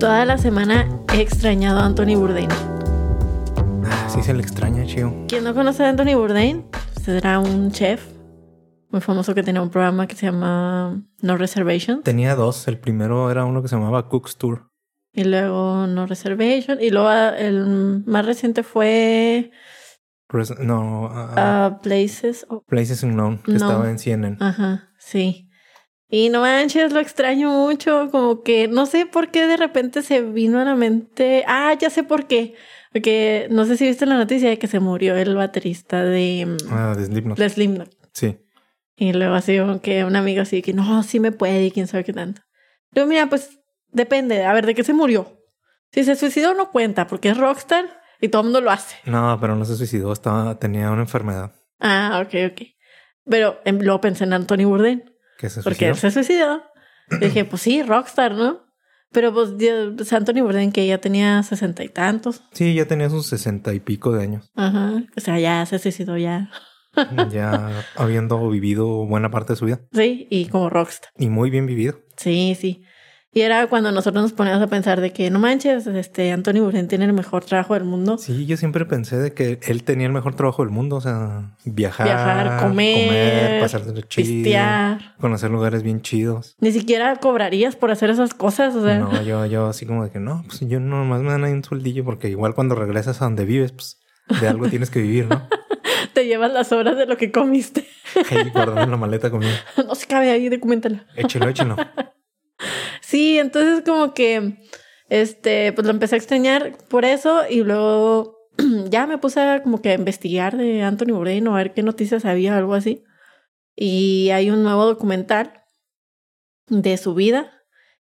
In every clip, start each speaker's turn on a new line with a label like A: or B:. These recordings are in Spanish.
A: Toda la semana he extrañado a Anthony Bourdain.
B: Ah, sí se le extraña, chido.
A: Quien no conoce a Anthony Bourdain, será un chef muy famoso que tenía un programa que se llama No Reservation.
B: Tenía dos. El primero era uno que se llamaba Cook's Tour.
A: Y luego No Reservation. Y luego ah, el más reciente fue
B: Res- no, ah,
A: ah, Places. oh,
B: Places Unknown, que
A: No. Ah.
B: estaba en CNN.
A: Ajá, sí. Y no manches, lo extraño mucho. Como que no sé por qué de repente se vino a la mente. Ah, ya sé por qué. Porque no sé si viste la noticia de que se murió el baterista de, mm,
B: Ah, de Slipknot.
A: de Slipknot.
B: Sí.
A: Y luego así como que un amigo así que no, sí me puede y quién sabe qué tanto. Luego mira, pues depende, a ver, ¿de qué se murió? Si se suicidó no cuenta porque es rockstar y todo el mundo lo hace.
B: No, pero no se suicidó. Estaba, tenía una enfermedad
A: Ah, ok, ok. Pero em, luego pensé en Anthony Bourdain
B: que se
A: porque
B: suicidó.
A: él se suicidó. Y dije, pues sí, rockstar, ¿no? Pero pues Dios, pues, Anthony Bourdain que ya tenía sesenta y tantos.
B: Sí, ya tenía sus sesenta y pico de años.
A: Ajá. O sea, ya se suicidó ya.
B: ya habiendo vivido buena parte de su vida.
A: Sí, y como rockstar.
B: Y muy bien vivido.
A: Sí, sí. Y era cuando nosotros nos poníamos a pensar de que no manches, este Anthony Bourdain tiene el mejor trabajo del mundo.
B: Sí, yo siempre pensé de que él tenía el mejor trabajo del mundo. O sea, viajar,
A: Viajar, comer,
B: pasarse chido,
A: Pistear.
B: conocer lugares bien chidos.
A: Ni siquiera cobrarías por hacer esas cosas. O sea,
B: No, yo, yo así como de que no, pues yo nomás me dan ahí un sueldillo porque igual cuando regresas a donde vives, pues de algo tienes que vivir, ¿no?
A: te llevas las horas de lo que comiste.
B: Ahí guardando en la maleta conmigo.
A: no se cabe ahí, documentala.
B: Échelo, échelo.
A: Sí, entonces como que este, pues lo empecé a extrañar por eso y luego ya me puse a como que a investigar de Anthony Bourdain o a ver qué noticias había o algo así. Y hay un nuevo documental de su vida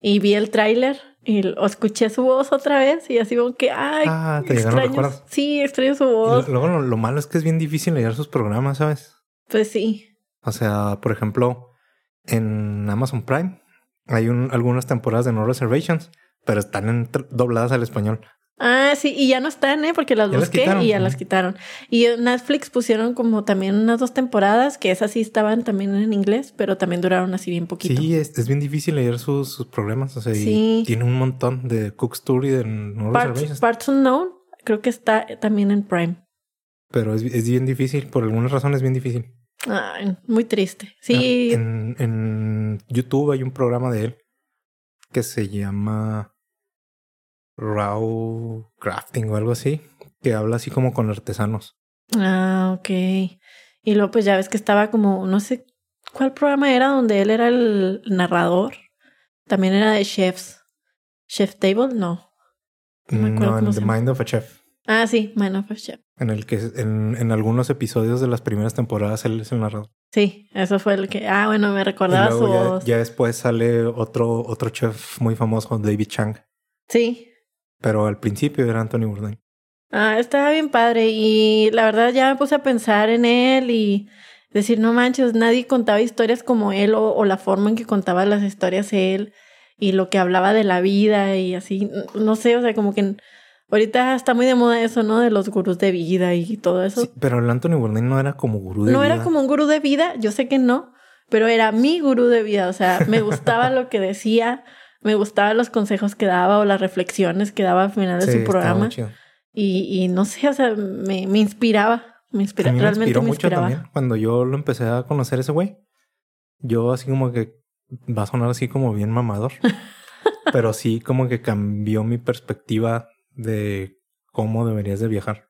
A: y vi el tráiler y l- o escuché su voz otra vez y así como que ay,
B: Ah, te llegaron
A: extraño-
B: recuerdos.
A: Sí, extraño su
B: Y
A: voz.
B: lo- Luego lo, lo malo es que es bien difícil leer sus programas, ¿sabes?
A: Pues sí.
B: O sea, por ejemplo, en Amazon Prime hay un- algunas temporadas de No Reservations, pero están en tr- dobladas al español.
A: Ah, sí, y ya no están, ¿eh? Porque las
B: Ya las
A: busqué
B: quitaron.
A: y ya
B: Ujú.
A: las quitaron. Y en Netflix pusieron como también unas dos temporadas, que esas sí estaban también en inglés, pero también duraron así bien poquito.
B: Sí, es, es bien difícil leer sus, sus programas. O sea, y
A: Sí.
B: tiene un montón de Cook's Tour y de No
A: Parts,
B: Reservations.
A: Parts Unknown creo que está también en Prime.
B: Pero es, es bien difícil, por alguna razón es bien difícil. Ah,
A: Ay, muy triste. Sí,
B: En, en YouTube hay un programa de él que se llama Raw Crafting o algo así, que habla así como con artesanos.
A: Ah, ok. Y luego pues ya ves que estaba como, no sé cuál programa era donde él era el narrador. También era de chefs. Chef Table, no. No me acuerdo
B: No, en
A: cómo
B: The
A: se llama.
B: Mind of a Chef.
A: Ah, sí, Man of a Chef.
B: En el que en, en algunos episodios de las primeras temporadas él es el narrador.
A: Sí, eso fue el que, ah, bueno, me
B: Y
A: recordaba su
B: luego
A: voz.
B: ya, ya después sale otro, otro chef muy famoso, David Chang.
A: Sí.
B: Pero al principio era Anthony Bourdain.
A: Ah, estaba bien padre y la verdad ya me puse a pensar en él y decir, no manches, nadie contaba historias como él o, o la forma en que contaba las historias él y lo que hablaba de la vida y así, n- no sé, o sea, como que n- ahorita está muy de moda eso, ¿no? De los gurús de vida y todo eso.
B: Sí, pero el Anthony Bourdain no era como gurú de
A: no era
B: vida.
A: como un gurú de vida, yo sé que no, pero era mi gurú de vida, o sea, me gustaba lo que decía, me gustaban los consejos que daba o las reflexiones que daba al final de
B: Sí,
A: su
B: estaba muy
A: programa.
B: chido.
A: Y, y no sé, o sea, me, me inspiraba. Me inspira,
B: A mí me
A: realmente
B: inspiró
A: me
B: mucho
A: inspiraba.
B: también cuando yo lo empecé a conocer ese güey. Yo así como que va a sonar así como bien mamador, pero sí como que cambió mi perspectiva de cómo deberías de viajar.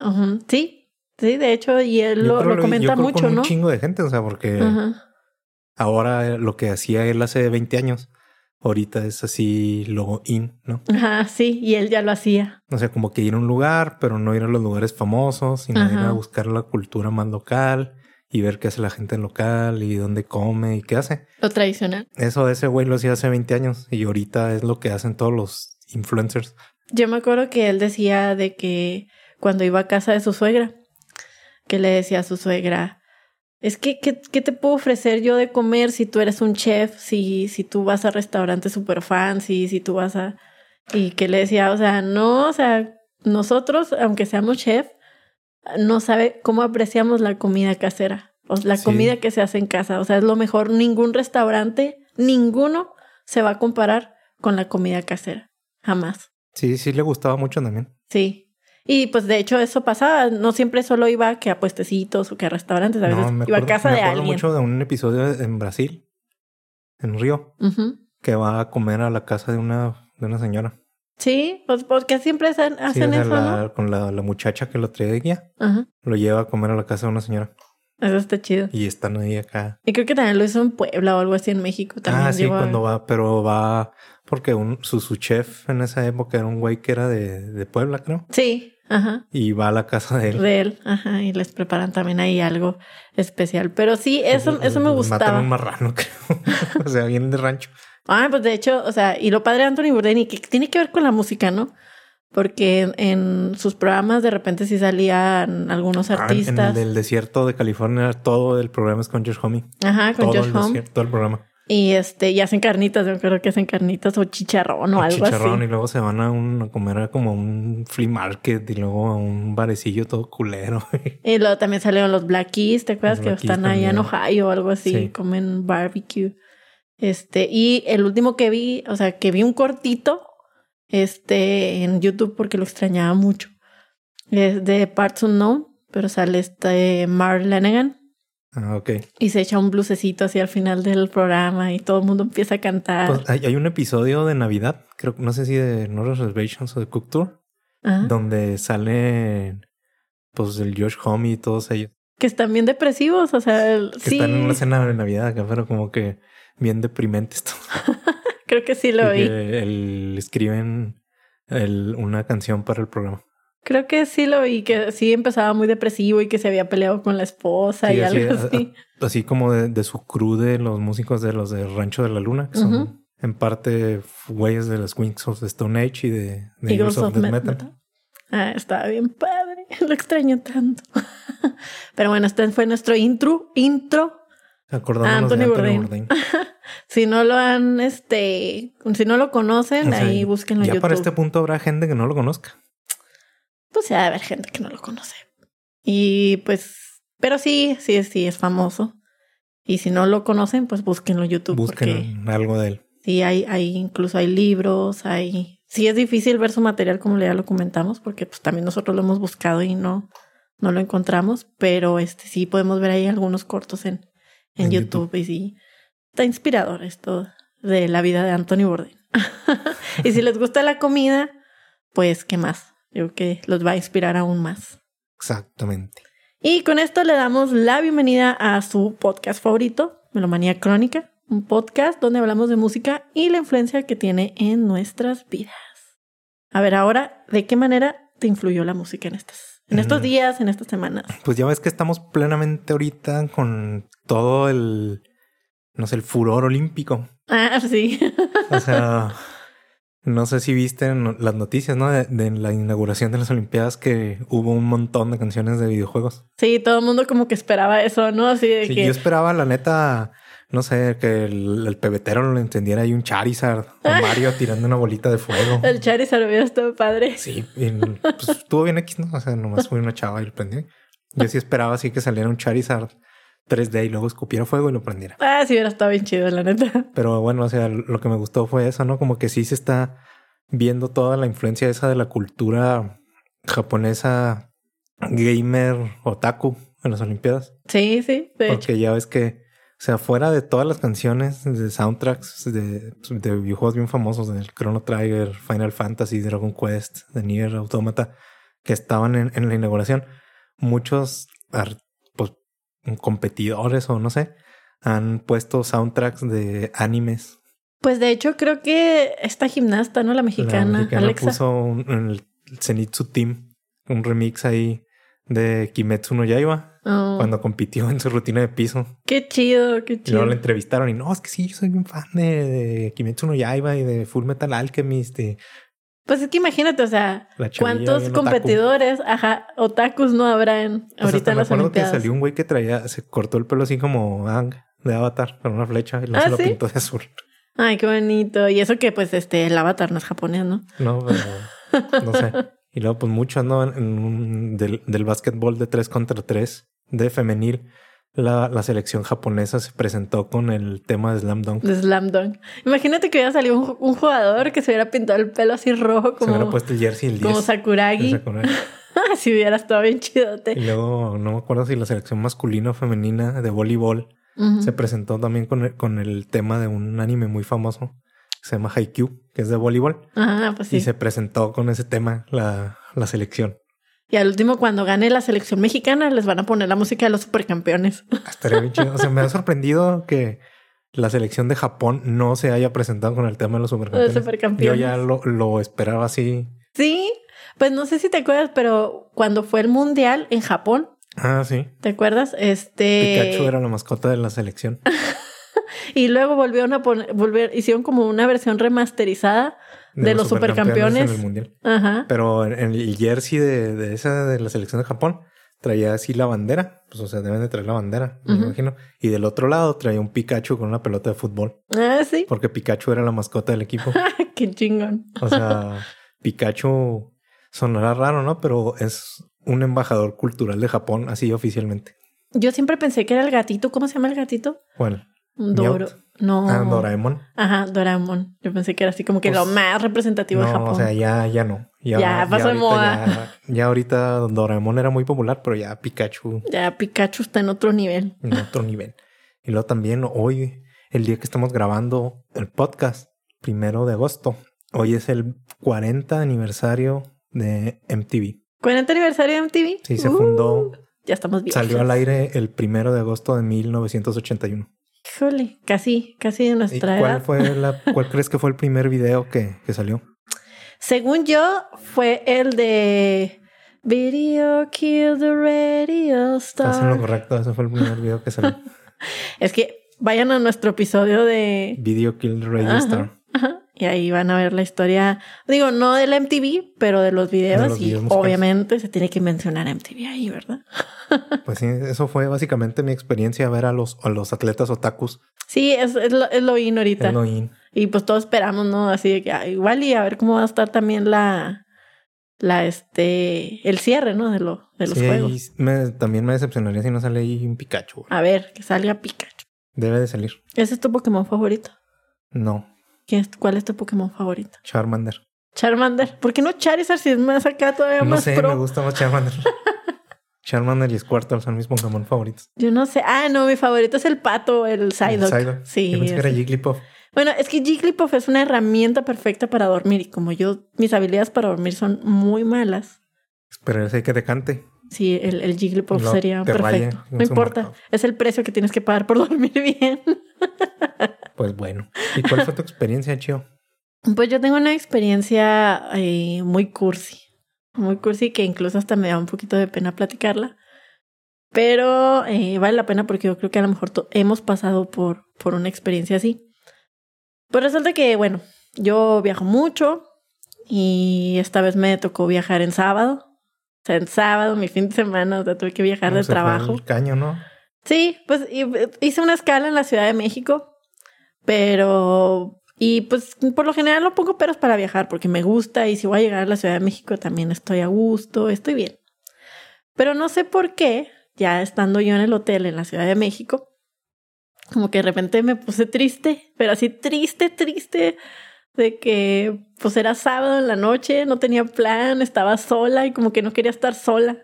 A: Ujú, Sí, sí, de hecho, y él
B: Yo
A: lo,
B: creo
A: lo
B: que- yo
A: comenta
B: creo
A: mucho,
B: con
A: ¿no?
B: Un chingo de gente, o sea, porque
A: Ajá.
B: ahora eh, lo que hacía él hace 20 años, ahorita es así lo in, ¿no?
A: Ajá, sí, y él ya lo hacía.
B: O sea, como que ir a un lugar, pero no ir a los lugares famosos, sino ir
A: Ajá.
B: a buscar la cultura más local y ver qué hace la gente local y dónde come y qué hace.
A: Lo tradicional.
B: Eso de ese güey lo hacía hace 20 años y ahorita es lo que hacen todos los influencers.
A: Yo me acuerdo que él decía de que cuando iba a casa de su suegra, que le decía a su suegra, es que, ¿qué, qué te puedo ofrecer yo de comer si tú eres un chef, si, si tú vas a restaurantes super fancy, si tú vas a... Y que le decía, o sea, no, o sea, nosotros, aunque seamos chef, no sabe cómo apreciamos la comida casera, o la
B: Sí.
A: comida que se hace en casa, o sea, es lo mejor, ningún restaurante, ninguno se va a comparar con la comida casera. Jamás.
B: Sí, sí le gustaba mucho también.
A: Sí. Y pues de hecho eso pasaba. No siempre solo iba que a puestecitos o que a restaurantes. A
B: No,
A: veces
B: me
A: iba a
B: acuerdo-
A: casa
B: me
A: de
B: acuerdo
A: alguien.
B: mucho de un episodio en Brasil, en Río,
A: Ujú.
B: que va a comer a la casa de una, de una señora.
A: Sí, pues porque siempre hacen,
B: Sí,
A: hacen
B: o sea,
A: eso,
B: la-
A: ¿no?
B: con la, la muchacha que lo trae de guía,
A: Ajá.
B: lo lleva a comer a la casa de una señora.
A: Eso está chido.
B: Y están ahí acá.
A: Y creo que también lo hizo en Puebla o algo así en México. También
B: ah, sí,
A: llegó a-
B: cuando va, pero va porque un, su, su chef en esa época era un güey que era de, de Puebla, creo.
A: Sí, ajá.
B: Y va a la casa de él.
A: de él, ajá, y les preparan también ahí algo especial. Pero sí, eso, eso me
B: Matan a un
A: gustaba.
B: marrano, creo. o sea, vienen de rancho.
A: Ah, pues de hecho, o sea, y lo padre de Anthony Bourdain, y que tiene que ver con la música, ¿no? Porque en, en sus programas de repente sí salían algunos
B: Ah, en- En el
A: artistas.
B: del desierto de California, todo el programa es con Josh Homie.
A: Ajá, con
B: Todo
A: Josh
B: el
A: Home.
B: desierto, todo el programa.
A: Y este, y hacen carnitas, yo creo que hacen carnitas o chicharrón o,
B: Con
A: algo
B: chicharrón
A: así.
B: y luego se van a, un- a comer a como un flea market y luego a un barecillo todo culero.
A: Y luego también salieron los Black Keys, ¿te acuerdas?
B: Los
A: Que
B: Black Keys
A: están allá en
B: también.
A: Ohio o algo así,
B: Sí.
A: comen barbecue. Este, y el último que vi, o sea, que vi un cortito, este, en YouTube porque lo extrañaba mucho. Es de Parts Unknown, pero sale este Mark Lanegan
B: ah, ok.
A: y se echa un blusecito así al final del programa y todo el mundo empieza a cantar.
B: Pues hay, hay un episodio de Navidad, creo, no sé si de No Reservations o de Cook Tour,
A: Ajá.
B: donde salen pues el Josh Homie y todos ellos.
A: Que están bien depresivos, o sea, el-
B: Que
A: sí,
B: están en una cena de Navidad acá, pero como que bien deprimentes todos.
A: creo que sí lo
B: Y
A: vi.
B: que el- escriben el- una canción para el programa.
A: Creo que sí lo vi, que sí empezaba muy depresivo y que se había peleado con la esposa
B: Sí,
A: y
B: así,
A: algo
B: a-
A: así.
B: Así como de, de su crew de los músicos de los de Rancho de la Luna, que son
A: Ujú.
B: en parte güeyes de las Wings of the Stone Age y de, de
A: Eagles of
B: Death
A: Met- Metal. Ah, estaba bien padre, lo extraño tanto. Pero bueno, este fue nuestro intro, intro.
B: Acordándonos
A: Anthony
B: de Anthony
A: Ah, Bourdain.
B: Bourdain.
A: Si no lo han, este, si no lo conocen,
B: O sea,
A: ahí búsquenlo en
B: ya
A: YouTube.
B: para este punto habrá gente que no lo conozca.
A: Pues ya debe haber gente que no lo conoce. Y pues, pero sí, sí, sí, es famoso. Y si no lo conocen, pues búsquenlo en YouTube. porque-
B: Busquen algo de él.
A: Sí, hay, hay, incluso hay libros, hay... Sí es difícil ver su material como ya lo comentamos, porque pues también nosotros lo hemos buscado y no, no lo encontramos, pero este sí podemos ver ahí algunos cortos en, en,
B: En
A: YouTube.
B: YouTube.
A: y sí, está inspirador esto de la vida de Anthony Bourdain. y si les gusta la comida, pues qué más, yo creo que los va a inspirar aún más.
B: Exactamente.
A: Y con esto le damos la bienvenida a su podcast favorito, Melomanía Crónica, un podcast donde hablamos de música y la influencia que tiene en nuestras vidas. A ver, ahora, ¿de qué manera te influyó la música en estas, en estos
B: Mm.
A: días, en estas semanas?
B: Pues ya ves que estamos plenamente ahorita con todo el, no sé, el furor olímpico.
A: Ah, sí.
B: O sea, no sé si viste en las noticias, ¿no? De, de la inauguración de las Olimpiadas que hubo un montón de canciones de videojuegos.
A: Sí, todo el mundo como que esperaba eso, ¿no? Así de
B: Sí,
A: que
B: Yo esperaba, la neta, no sé, que el, el pebetero lo entendiera ahí un Charizard o Mario tirando una bolita de fuego.
A: el Charizard hubiera estado padre.
B: Sí, y, pues estuvo bien X, ¿no? O sea, nomás fue una chava y lo prendí. Yo sí esperaba así que saliera un Charizard 3D y luego escupiera fuego y lo prendiera.
A: Ah, sí, hubiera estado bien chido, la neta.
B: Pero bueno, o sea, lo que me gustó fue eso, ¿no? Como que sí se está viendo toda la influencia esa de la cultura japonesa gamer otaku en las Olimpiadas.
A: Sí, sí, de hecho.
B: Porque ya ves que, o sea, fuera de todas las canciones, de soundtracks, de, de videojuegos bien famosos, del Chrono Trigger, Final Fantasy, Dragon Quest, de Nier Automata, que estaban en, en la inauguración, muchos ar- pues, competidores o no sé, han puesto soundtracks de animes
A: Pues de hecho creo que esta gimnasta, ¿no? La mexicana,
B: la mexicana
A: Alexa.
B: puso un, en el Zenitsu Team un remix ahí de Kimetsu no Yaiba
A: Oh,
B: cuando compitió en su rutina de piso.
A: Qué chido, qué
B: Y
A: chido.
B: luego le entrevistaron y no, es que sí, yo soy bien fan de, de Kimetsu no Yaiba y de Full Metal Alchemist. y
A: Pues es que imagínate, o sea,
B: la chavilla
A: ¿cuántos
B: bien otaku".
A: competidores, ajá, otakus no habrá en
B: O sea, hasta
A: ahorita en
B: me
A: las
B: acuerdo que
A: Olimpiadas?
B: salió un güey que traía, se cortó el pelo así como Ang de Avatar con una flecha y luego
A: ¿Ah,
B: se lo
A: sí?
B: pintó de azul.
A: Ay, qué bonito. Y eso que pues este el avatar no es japonés, ¿no?
B: No, pero no sé. Y luego, pues muchos, ¿no? En un- del, del básquetbol de 3 contra 3 de femenil, la, la selección japonesa se presentó con el tema de Slam Dunk.
A: De Slam Dunk. Imagínate que hubiera salido un, un jugador que se hubiera pintado el pelo así rojo
B: se hubiera
A: como,
B: puesto el jersey el 10.
A: como Sakuragi. Ah,
B: el Sakuragi.
A: si hubiera estado bien
B: Y
A: chidote.
B: luego no me acuerdo si la selección masculina o femenina de voleibol
A: Ujú.
B: se presentó también con el, con el tema de un anime muy famoso que se llama Haikyuu, que es de voleibol.
A: Ajá, pues sí.
B: Y se presentó con ese tema la, la selección.
A: Y al último, cuando gane la selección mexicana, les van a poner la música de los supercampeones.
B: Estaría bien chido. O sea, me ha sorprendido que la selección de Japón no se haya presentado con el tema de los supercampeones.
A: Los supercampeones.
B: Yo ya lo, lo esperaba así.
A: Sí, pues no sé si te acuerdas, pero cuando fue el mundial en Japón,
B: Ah, sí.
A: ¿te acuerdas? Este.
B: Pikachu era la mascota de la selección.
A: Y luego volvieron a poner, volver, hicieron como una versión remasterizada. De los supercampeones.
B: en el mundial.
A: Ajá.
B: Pero en, en el jersey de, de esa de la selección de Japón traía así la bandera. Pues, o sea, deben de traer la bandera, me
A: Ujú.
B: imagino. Y del otro lado traía un Pikachu con una pelota de fútbol,
A: Ah, sí.
B: porque Pikachu era la mascota del equipo.
A: Qué chingón.
B: O sea, Pikachu sonará raro, ¿no? Pero es un embajador cultural de Japón, así oficialmente.
A: Yo siempre pensé que era el gatito. ¿Cómo se llama el gatito?
B: Bueno,
A: Doro.
B: Meowth.
A: No.
B: ah, Doraemon.
A: Ajá, Doraemon. Yo pensé que era así como que
B: Pues,
A: lo más representativo de
B: No,
A: Japón.
B: o sea, ya, ya no. Ya,
A: Ya pasó de
B: ahorita
A: moda.
B: Ya, ya ahorita Doraemon era muy popular, pero ya Pikachu
A: Ya Pikachu está en otro nivel.
B: en otro nivel. Y luego también hoy, el día que estamos grabando el podcast, primero de agosto, hoy es el 40 aniversario de MTV.
A: 40 aniversario de MTV.
B: Sí, se
A: Uh,
B: fundó,
A: ya estamos bien.
B: salió al aire el primero de agosto de 1981.
A: Híjole, casi, casi de
B: ¿Y
A: nuestra
B: cuál
A: edad.
B: fue la, cuál crees que fue el primer video que, que salió?
A: Según yo, fue el de Video Kill the Radio
B: Estás en lo
A: Star.
B: correcto, ese fue el primer video que salió.
A: Es que vayan a nuestro episodio de.
B: Video Kill Radio
A: Ajá,
B: Star.
A: ajá, y ahí van a ver la historia. Digo, no del MTV, pero de los videos.
B: De los
A: y
B: videos musicales.
A: obviamente se tiene que mencionar MTV ahí, ¿verdad?
B: Pues sí, eso fue básicamente mi experiencia ver a los, a los atletas otakus
A: Sí, es, es lo, es lo in ahorita.
B: en Oin.
A: Y pues todos esperamos, ¿no? Así de que ah, igual y a ver cómo va a estar también la, la este, el cierre, ¿no? De, lo, de los
B: Sí,
A: juegos. Ah.
B: y me- también me decepcionaría si no sale ahí un Pikachu. güey.
A: A ver, que salga Pikachu.
B: Debe de salir.
A: ¿Ese es tu Pokémon favorito?
B: No,
A: ¿Quién es- ¿Cuál es tu Pokémon favorito?
B: Charmander.
A: Charmander. ¿Por qué no Charizard si es más acá todavía
B: No
A: más
B: sé,
A: pro?
B: me gusta más Charmander. Charmander y Squirtle son mis Pokémon favoritos.
A: Yo no sé. Ah, no, mi favorito es el pato, el Psyduck.
B: Psyduck.
A: Sí.
B: Yo pensé que era
A: ese.
B: Jigglypuff.
A: Bueno, es que Jigglypuff es una herramienta perfecta para dormir y como yo, mis habilidades para dormir son muy malas.
B: Pero ese que te cante.
A: Sí, el, el Jigglypuff
B: Lo-
A: sería
B: te raya
A: perfecto.
B: en
A: No
B: su
A: importa.
B: marcado.
A: Es el precio que tienes que pagar por dormir bien.
B: Pues bueno. ¿Y cuál fue tu experiencia, Chio?
A: Pues yo tengo una experiencia eh, muy cursi. Muy cursi que incluso hasta me da un poquito de pena platicarla. Pero eh, vale la pena porque yo creo que a lo mejor to- hemos pasado por, por una experiencia así. Pues resulta que, bueno, yo viajo mucho y esta vez me tocó viajar en sábado. O sea, en sábado, mi fin de semana, o sea, tuve que viajar
B: No,
A: de
B: se fue
A: trabajo.
B: al caño, ¿no?
A: Sí, pues y- hice una escala en la Ciudad de México, pero... Y pues por lo general no pongo peros para viajar porque me gusta y si voy a llegar a la Ciudad de México también estoy a gusto, estoy bien. Pero no sé por qué, ya estando yo en el hotel en la Ciudad de México, como que de repente me puse triste, pero así triste, triste, de que pues era sábado en la noche, no tenía plan, estaba sola y como que no quería estar sola.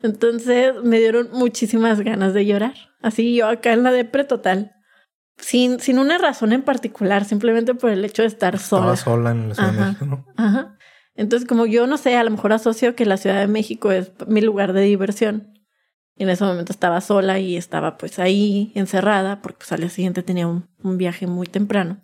A: Entonces me dieron muchísimas ganas de llorar. Así yo acá en la depre total. Sin, sin una razón en particular, simplemente por el hecho de estar sola.
B: Estaba sola en la Ciudad de
A: Ajá.
B: México, ¿no?
A: Ajá. Entonces, como yo no sé, a lo mejor asocio que la Ciudad de México es mi lugar de diversión. Y en ese momento estaba sola y estaba pues ahí encerrada porque pues al día siguiente tenía un, un viaje muy temprano.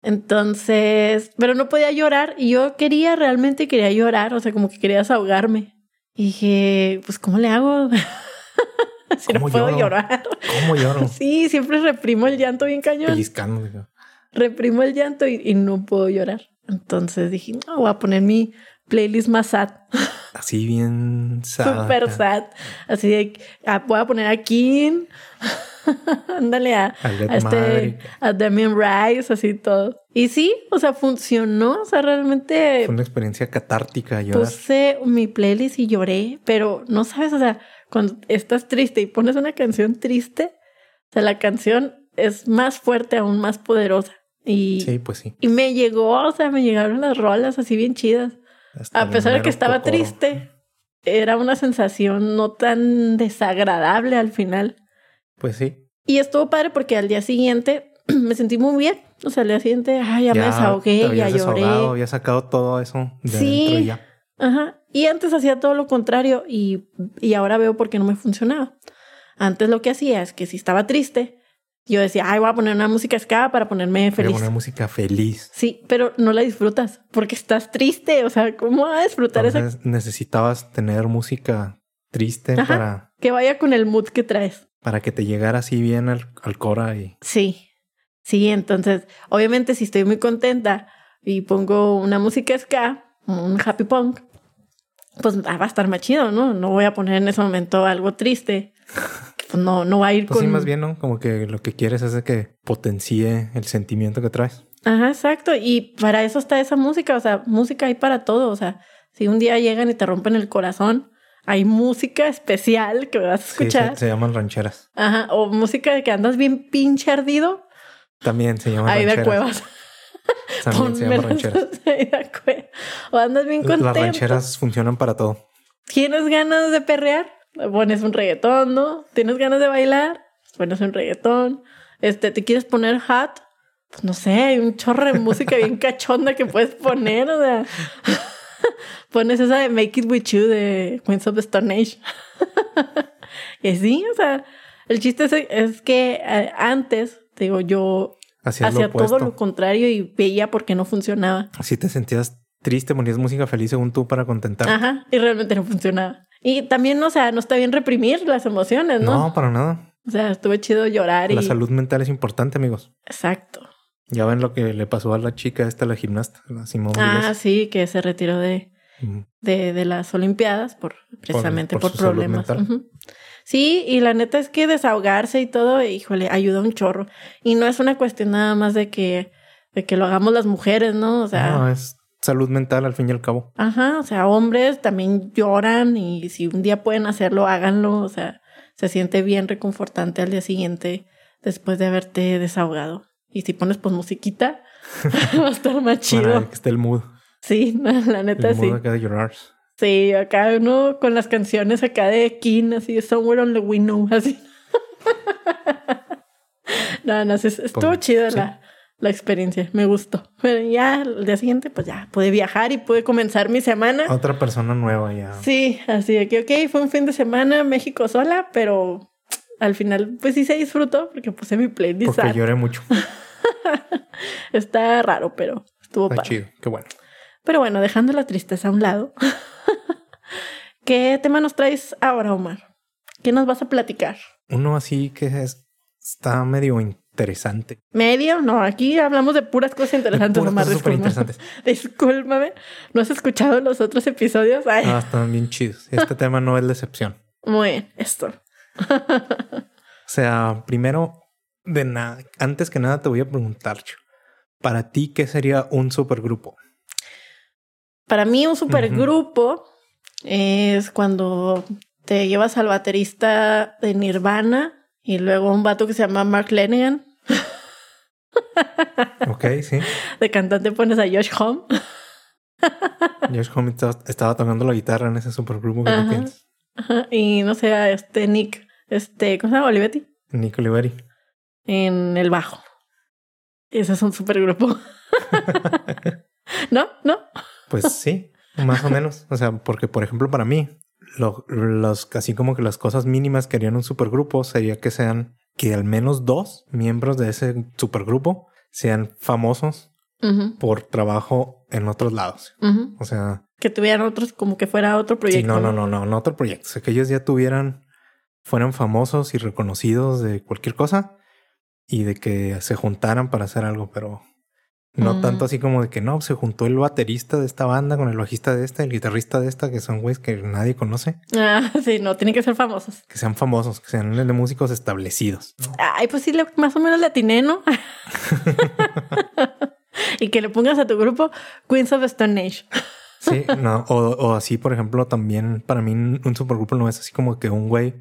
A: Entonces, pero no podía llorar y yo quería, realmente quería llorar, o sea, como que quería desahogarme. Y dije, pues, ¿cómo le hago? si no
B: ¿Cómo
A: puedo
B: lloro?
A: llorar.
B: ¿Cómo lloro?
A: Sí, siempre reprimo el llanto bien cañón
B: Pellizcando. digo.
A: reprimo el llanto y, y no puedo llorar. Entonces dije, no, voy a poner mi playlist más sad,
B: Así bien sad.
A: super sad. Así de, ah, voy a poner a King, ándale a,
B: Al Dead
A: a este,
B: Maverick.
A: a Damien Rice, así todo. Y sí, o sea, funcionó, o sea, realmente pues
B: Fue una experiencia catártica llorar.
A: puse mi playlist y lloré, pero no sabes, o sea, cuando estás triste y pones una canción triste, o sea, la canción es más fuerte, aún más poderosa. Y,
B: Sí, pues sí.
A: y me llegó, o sea, me llegaron las rolas así bien chidas.
B: Hasta
A: A pesar de
B: mero
A: que estaba
B: cocoro.
A: triste, era una sensación no tan desagradable al final.
B: Pues sí.
A: Y estuvo padre porque al día siguiente me sentí muy bien. O sea, al día siguiente, ay, ya, me
B: te
A: desahogué, ya
B: habías
A: lloré.
B: desahogado, habías sacado todo eso de
A: Sí.
B: adentro y ya.
A: Ajá. Y antes hacía todo lo contrario y, y ahora veo por qué no me funcionaba. Antes lo que hacía es que si estaba triste, yo decía, ay, voy a poner una música ska para ponerme
B: Voy a
A: feliz.
B: poner música feliz.
A: Sí, pero no la disfrutas porque estás triste. O sea, ¿cómo vas a disfrutar esa
B: Entonces necesitabas tener música triste
A: Ajá.
B: para,
A: que vaya con el mood que traes?
B: para que te llegara así bien al, al cora y
A: Sí, sí, entonces, obviamente si estoy muy contenta y pongo una música ska, un happy punk, pues ah, va a estar más chido, ¿no? No voy a poner en ese momento algo triste. que, pues, no, no va a ir
B: Pues
A: con...
B: sí, más bien, ¿no? Como que lo que quieres es de que potencie el sentimiento que traes.
A: Ajá, exacto. Y para eso está esa música, o sea, música hay para todo, o sea, si un día llegan y te rompen el corazón, hay música especial que vas a
B: Sí,
A: escuchar.
B: se, se llaman rancheras.
A: Ajá, o música de que andas bien pinche ardido,
B: También se llaman
A: ahí de
B: rancheras.
A: cuevas.
B: También se llaman
A: Pónmelas
B: rancheras.
A: ahí de acuerdo. O andas bien
B: Las
A: contento.
B: rancheras funcionan para todo.
A: ¿Tienes ganas de perrear? Pones un reggaetón, ¿no? ¿Tienes ganas de bailar? Pones un reggaetón. Este, ¿te quieres poner hat? Pues no sé, hay un chorro de música bien cachonda que puedes poner, o sea. Pones esa de Make It With You de Queens of the Stone Age. y sí, o sea, el chiste es, es que eh, antes, te digo, yo
B: Hacías
A: hacía
B: lo opuesto.
A: todo lo contrario y veía por qué no funcionaba.
B: Si te sentías triste, ponías música feliz según tú para contentar.
A: Ajá, y realmente no funcionaba. Y también, o sea, no está bien reprimir las emociones, pues ¿no?
B: no. para nada.
A: O sea, estuvo chido llorar y...
B: La salud mental es importante, amigos.
A: Exacto.
B: Ya ven lo que le pasó a la chica esta, la gimnasta, la Mm. Simón
A: Ah, sí, que se retiró de,
B: Biles.
A: de, de las Olimpiadas por precisamente
B: por
A: por,
B: su salud
A: problemas.
B: mental.
A: Ujú. Sí, y la neta es que desahogarse y todo, híjole, ayuda un chorro. Y no es una cuestión nada más de que, de que lo hagamos las mujeres, ¿no? O sea,
B: No, es salud mental al fin y al cabo.
A: Ajá, o sea, hombres también lloran y si un día pueden hacerlo, háganlo, o sea, se siente bien reconfortante al día siguiente después de haberte desahogado. Y si pones pues musiquita, va a estar más
B: Para
A: chido.
B: que esté el mood.
A: Sí, no, la neta
B: El
A: sí.
B: mood acá de llorar.
A: Sí, acá uno con las canciones acá de King, así, Somewhere on the Window, así. no, no, sí, estuvo
B: Pues,
A: chida
B: sí.
A: la, la experiencia, me gustó. Pero ya al día siguiente, pues ya pude viajar y pude comenzar mi semana.
B: Otra persona nueva ya.
A: Sí, así de que, ok, fue un fin de semana México sola, pero al final, pues sí se disfrutó porque puse mi playlist.
B: porque
A: sad.
B: lloré mucho.
A: Está raro, pero estuvo
B: Está
A: padre.
B: chido. Qué bueno.
A: Pero bueno, dejando la tristeza a un lado, ¿qué tema nos traes ahora, Omar? ¿Qué nos vas a platicar?
B: Uno así que es, está medio interesante.
A: ¿Medio? No, aquí hablamos de puras cosas interesantes,
B: Puras
A: Omar.
B: cosas súper
A: Discúlpame.
B: interesantes.
A: Discúlpame. ¿No has escuchado los otros episodios? Ay,
B: Ah, están bien chidos. Este tema no es la excepción.
A: muy bien, esto.
B: O sea, primero de nada, antes que nada te voy a preguntar, Chu, para ti, ¿qué sería un supergrupo?
A: Para mí un supergrupo es cuando te llevas al baterista de Nirvana y luego a un vato que se llama Mark Lenigan.
B: Ok, sí.
A: De cantante pones a Josh Home.
B: Josh Homme estaba, estaba tocando la guitarra en ese supergrupo que tú
A: Ajá.
B: tienes.
A: Y no sé, a este Nick, este, ¿cómo se llama? Olivetti.
B: Nick Oliveri.
A: En el bajo. Ese es un supergrupo. ¿No? ¿No?
B: Pues sí, más o menos. O sea, porque por ejemplo, para mí, lo- los así como que las cosas mínimas que harían un supergrupo sería que sean que al menos dos miembros de ese supergrupo sean famosos
A: Ujú,
B: por trabajo en otros lados.
A: ujú.
B: O sea,
A: Que tuvieran otros, como que fuera otro proyecto.
B: sí, no, no, no, no, no otro proyecto. O sea, que ellos ya tuvieran, fueran famosos y reconocidos de cualquier cosa y de que se juntaran para hacer algo, pero no
A: Mm.
B: tanto así como de que no, se juntó el baterista de esta banda con el bajista de esta, el guitarrista de esta, que son güeyes que nadie conoce,
A: Ah, sí, no, tienen que ser famosos.
B: que sean famosos, que sean de músicos establecidos.
A: Ay, pues sí, le- más o menos le atiné, ¿no? y que le pongas a tu grupo Queens of Stone Age.
B: Sí, no, o, o así, por ejemplo, también para mí un supergrupo no es así como que un güey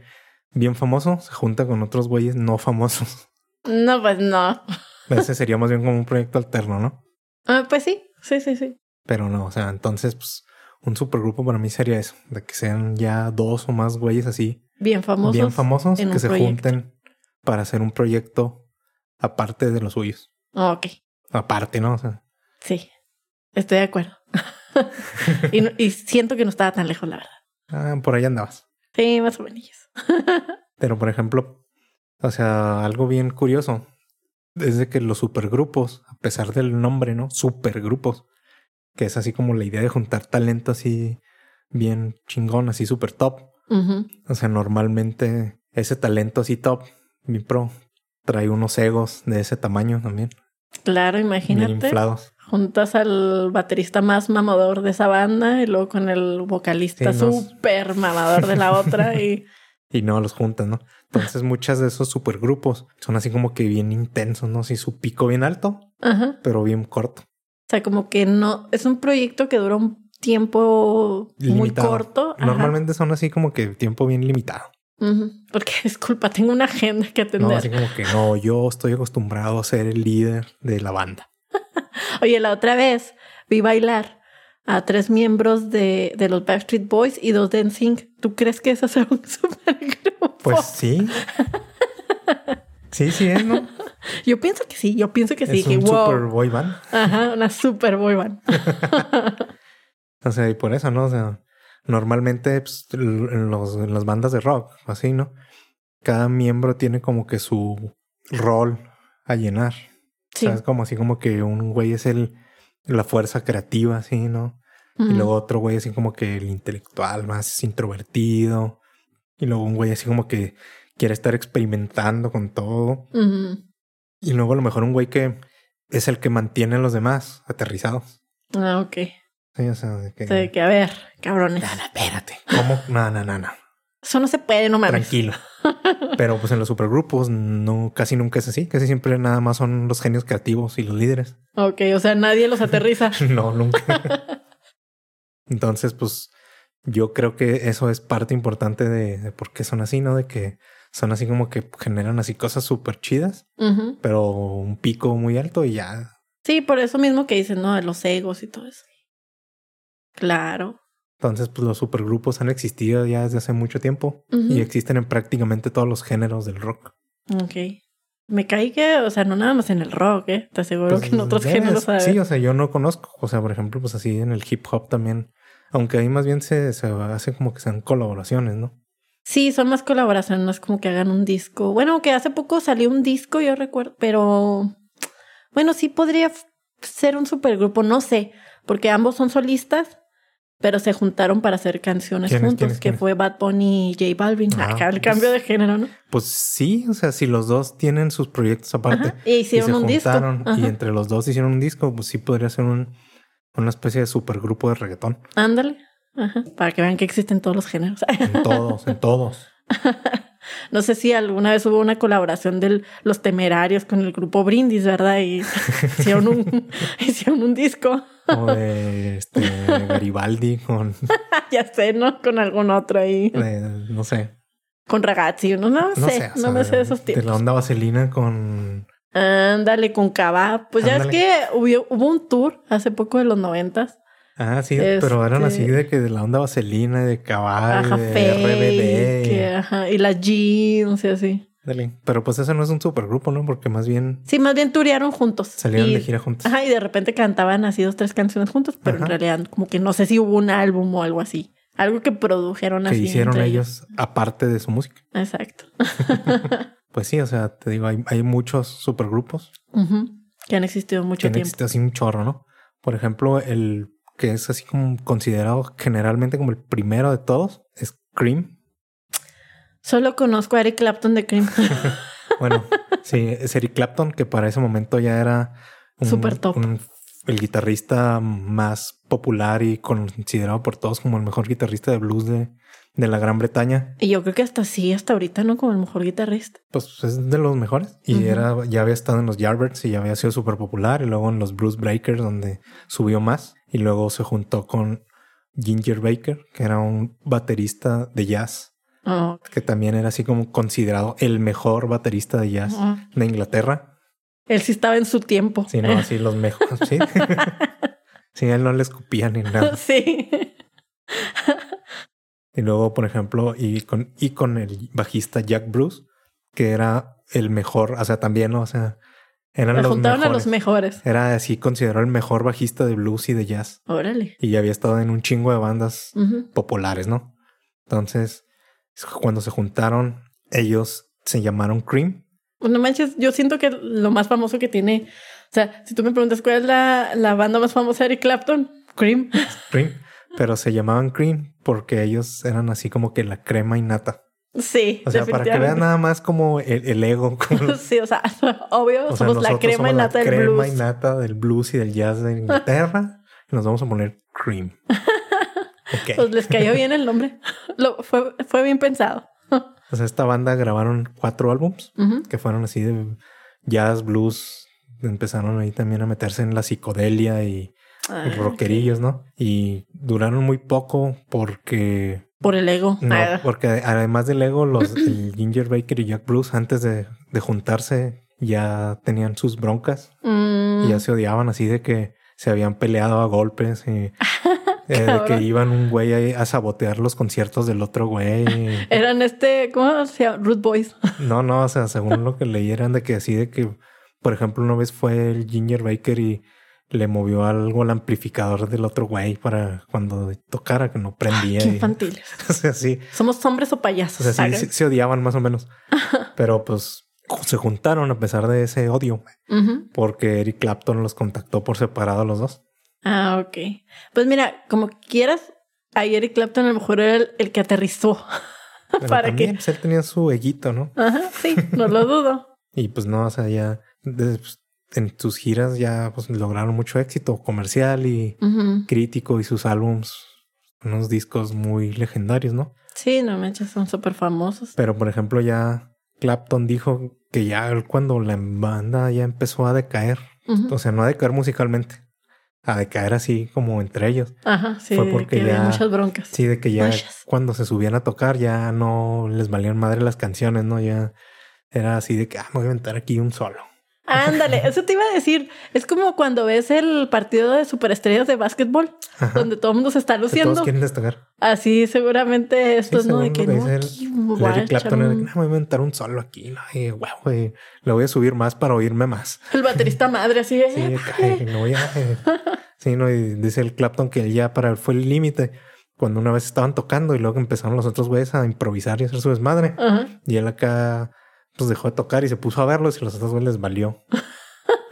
B: bien famoso se junta con otros güeyes no famosos.
A: No, pues no.
B: Ese sería más bien como un proyecto alterno, ¿no?
A: Ah, pues sí, sí, sí, sí.
B: Pero no, o sea, entonces, pues un supergrupo para mí sería eso, de que sean ya dos o más güeyes así,
A: Bien famosos.
B: bien famosos,
A: en
B: que
A: un
B: se
A: proyecto.
B: junten para hacer un proyecto aparte de los suyos.
A: Ok,
B: Aparte, ¿no? O sea,
A: sí. Estoy de acuerdo. y, no- y siento que no estaba tan lejos, la verdad.
B: ah, por ahí andabas.
A: Sí, más o menos.
B: Pero, por ejemplo, o sea, algo bien curioso es de que los supergrupos, a pesar del nombre, ¿no? Supergrupos, que es así como la idea de juntar talento así bien chingón, así super top.
A: Ujú.
B: O sea, normalmente ese talento así top, mi pro, trae unos egos de ese tamaño también,
A: Claro,
B: bien
A: imagínate.
B: inflados.
A: Juntas al baterista más mamador de esa banda y luego con el vocalista
B: Sí, no.
A: súper mamador de la otra y
B: Y no los juntan, ¿no? Entonces, muchas de esos supergrupos son así como que bien intensos, ¿no? Sí, su pico bien alto,
A: ajá.
B: pero bien corto.
A: O sea, como que no es un proyecto que dura un tiempo muy
B: Limitado.
A: corto. Ajá.
B: Normalmente son así como que tiempo bien limitado.
A: Ujú. Porque disculpa, tengo una agenda que atender.
B: No, así como que no, yo estoy acostumbrado a ser el líder de la banda.
A: Oye, la otra vez vi bailar a tres miembros de, de los Backstreet Boys y dos de NSYNC. ¿Tú crees que eso será un supergrupo?
B: Pues sí. Sí, sí es, ¿no?
A: Yo pienso que sí, yo pienso que sí.
B: es un
A: Dije, wow.
B: super boy band.
A: Ajá, una super boy band.
B: O sea, y por eso, ¿no? O sea, normalmente pues, l- en, los- en las bandas de rock, así, ¿no? Cada miembro tiene como que su rol a llenar.
A: Sí.
B: O sea, es como así como que un güey es el la fuerza creativa, así, ¿no?
A: Ujú.
B: Y luego otro güey así como que el intelectual más introvertido. Y luego un güey así como que quiere estar experimentando con todo.
A: Ujú.
B: Y luego a lo mejor un güey que es el que mantiene a los demás aterrizados.
A: Ah, ok.
B: Sí, o sea, de que...
A: O sea, que a ver, cabrones.
B: "Nana, espérate. ¿Cómo? No, no, no, no.
A: Eso no se puede, no mames.
B: Tranquilo. Pero pues en los supergrupos no, casi nunca es así. Casi siempre nada más son los genios creativos y los líderes.
A: Ok, o sea, nadie los aterriza.
B: No, nunca. Entonces, pues yo creo que eso es parte importante de, de por qué son así, ¿no? De que son así como que generan así cosas súper chidas,
A: Ujú.
B: pero un pico muy alto y ya.
A: Sí, por eso mismo que dicen, no, de los egos y todo eso. Claro.
B: Entonces, pues los supergrupos han existido ya desde hace mucho tiempo
A: Ujú.
B: y existen en prácticamente todos los géneros del rock.
A: Ok. Me caí que, o sea, no nada más en el rock, ¿eh? Te aseguro
B: Pues,
A: que en otros
B: ves,
A: géneros. a ver.
B: Sí, o sea, yo no conozco. O sea, por ejemplo, pues así en el hip hop también. Aunque ahí más bien se, se hace como que sean colaboraciones, ¿no?
A: Sí, son más colaboraciones, no es como que hagan un disco. Bueno, que hace poco salió un disco, yo recuerdo, pero bueno, sí podría f- ser un supergrupo, no sé, porque ambos son solistas, pero se juntaron para hacer canciones
B: ¿Quiénes,
A: juntos,
B: quiénes,
A: que
B: quiénes?
A: fue Bad Bunny y J Balvin.
B: Ah,
A: Acá el
B: pues.
A: cambio de género, ¿no?
B: Pues sí, o sea, si los dos tienen sus proyectos aparte
A: Ajá, Y
B: y
A: hicieron
B: se
A: un
B: juntaron
A: disco.
B: y
A: Ajá,
B: entre los dos hicieron un disco, pues sí podría ser un, una especie de supergrupo de reggaetón.
A: Ándale. Ajá, Para que vean que existen todos los géneros.
B: En todos, en todos.
A: No sé si alguna vez hubo una colaboración de los temerarios con el grupo Brindis, ¿verdad? Y hicieron un, hicieron un disco.
B: O de este, Garibaldi con,
A: ya sé, ¿no? Con algún otro ahí.
B: de- no sé.
A: Con ragazzi, no, no,
B: No
A: sé,
B: sé, o sea,
A: no me sé de esos
B: De la
A: tiempos.
B: onda vaselina con...
A: Ándale, con Cava. Pues
B: Ándale.
A: ya es que hubo, hubo un tour hace poco de los noventas.
B: Ah, sí, pero eran así
A: Este-
B: de que de la onda vaselina, de caballo,
A: Ajá,
B: de
A: Fake, que,
B: RBD.
A: ajá, y la jeans y así.
B: Ándale. Pero pues eso no es un supergrupo, ¿no? Porque más bien
A: Sí, más bien turearon juntos.
B: salieron
A: Y-
B: de gira juntos.
A: Ajá, y de repente cantaban así dos, tres canciones juntos, pero en
B: Ajá.
A: realidad como que no sé si hubo un álbum o algo así. Algo que produjeron
B: que
A: así.
B: hicieron
A: entre
B: ellos aparte de su música.
A: Exacto.
B: Pues sí, o sea, te digo, hay, hay muchos supergrupos
A: Ujú. Que han existido
B: que
A: mucho
B: han
A: tiempo.
B: existido así un chorro, ¿no? Por ejemplo, el que es así como considerado generalmente como el primero de todos es Cream.
A: Solo conozco a Eric Clapton de Cream.
B: Bueno, sí, es Eric Clapton, que para ese momento ya era un-
A: Super top.
B: un- el guitarrista más popular y considerado por todos como el mejor guitarrista de blues de, de la Gran Bretaña.
A: y yo creo que hasta sí, hasta ahorita, ¿no? Como el mejor guitarrista.
B: Pues es de los mejores. Y
A: Ujú.
B: era, ya había estado en los Yardbirds y ya había sido súper popular. Y luego en los Blues Breakers, donde subió más. Y luego se juntó con Ginger Baker, que era un baterista de jazz,
A: Oh,
B: que también era así como considerado el mejor baterista de jazz
A: oh.
B: de Inglaterra.
A: Él sí estaba en su tiempo.
B: Sí, no, así los mejores. Sí. sí, a él no le escupía ni nada.
A: Sí.
B: Y luego, por ejemplo, y con, y con el bajista Jack Bruce, que era el mejor, o sea, también, ¿no? o sea, eran
A: La
B: los
A: juntaron a los
B: mejores.
A: mejores.
B: Era así considerado el mejor bajista de blues y de jazz.
A: Órale.
B: Y ya había estado en un chingo de bandas
A: Ujú.
B: populares, ¿no? Entonces, cuando se juntaron, ellos se llamaron Cream.
A: No manches, yo siento que lo más famoso que tiene. O sea, si tú me preguntas cuál es la, la banda más famosa de Eric Clapton, Cream.
B: Cream. Pero se llamaban Cream porque ellos eran así como que la crema innata.
A: Sí.
B: O sea, para que vean
A: definitivamente.
B: nada más como el, el ego. como-
A: Sí, o sea, obvio,
B: o sea,
A: somos la
B: nosotros
A: crema
B: somos
A: y nata
B: la
A: del
B: crema
A: blues.
B: innata del blues y del jazz de Inglaterra. y nos vamos a poner Cream. Ok.
A: Pues les cayó bien el nombre. Lo, fue, fue bien pensado.
B: O sea, esta banda grabaron cuatro álbums
A: Ujú.
B: que fueron así de jazz, blues. Empezaron ahí también a meterse en la psicodelia y
A: Ah,
B: rockerillos, ¿no? Y duraron muy poco porque
A: Por el ego.
B: no,
A: Ah,
B: porque además del ego, los el Ginger Baker y Jack Bruce antes de, de juntarse ya tenían sus broncas
A: mm,
B: y ya se odiaban así de que se habían peleado a golpes y eh, de que
A: Cabrón.
B: iban un güey ahí a sabotear los conciertos del otro güey. y-
A: Eran este, ¿cómo se llama? Root Boys.
B: No, no, o sea, según lo que leí eran de que así de que, por ejemplo, una vez fue el Ginger Baker y le movió algo al amplificador del otro güey para cuando tocara que no prendía.
A: Qué
B: y-
A: infantiles.
B: o sea, sí,
A: Somos hombres o
B: o
A: payasos.
B: sea, sí,
A: ¿sabes?
B: sí- se odiaban más o menos. Pero pues se juntaron a pesar de ese odio
A: Ujú.
B: porque Eric Clapton los contactó por separado a los dos.
A: Ah, ok. Pues mira, como quieras, a Eric Clapton a lo mejor era el, el que aterrizó.
B: Pero
A: ¿Para
B: también,
A: qué?
B: pues, él tenía su eguito, ¿no?
A: Ajá, sí, no lo dudo.
B: Y pues no, o sea, ya de- pues, en sus giras ya pues lograron mucho éxito comercial y
A: Ujú.
B: crítico y sus álbums, unos discos muy legendarios, ¿no?
A: Sí, no manches, son súper famosos.
B: Pero por ejemplo ya Clapton dijo que ya él cuando la banda ya empezó a decaer,
A: Ujú.
B: o sea, no a decaer musicalmente, a decaer así como entre ellos.
A: Ajá, sí,
B: fue porque
A: que había
B: ya-
A: muchas broncas.
B: Sí, de que ya
A: Vayas.
B: cuando se subían a tocar ya no les valían madre las canciones, ¿no? Ya era así de que, ah, me voy a inventar aquí un solo.
A: Ándale, eso te iba a decir. Es como cuando ves el partido de superestrellas de básquetbol,
B: Ajá.
A: donde todo el mundo se está
B: Que todos
A: luciendo.
B: quieren destacar.
A: Así seguramente estos, pues, ¿no? De
B: según
A: que
B: lo que
A: no,
B: dice
A: aquí
B: Larry
A: guacha,
B: Clapton era de que,
A: mm.
B: "Ah, me voy a inventar un solo aquí, ¿no? Y, guau, güey, le voy a subir más para oírme más.
A: El baterista madre, así.
B: Sí,
A: eh,
B: acá,
A: vale.
B: eh, no, ya, eh. Sí, no, y dice el Clapton que él ya para él fue el límite. Cuando una vez estaban tocando y luego empezaron los otros güeyes a improvisar y hacer su desmadre.
A: Ajá.
B: Y él acá pues dejó de tocar y se puso a verlos y los otros güeyes les valió.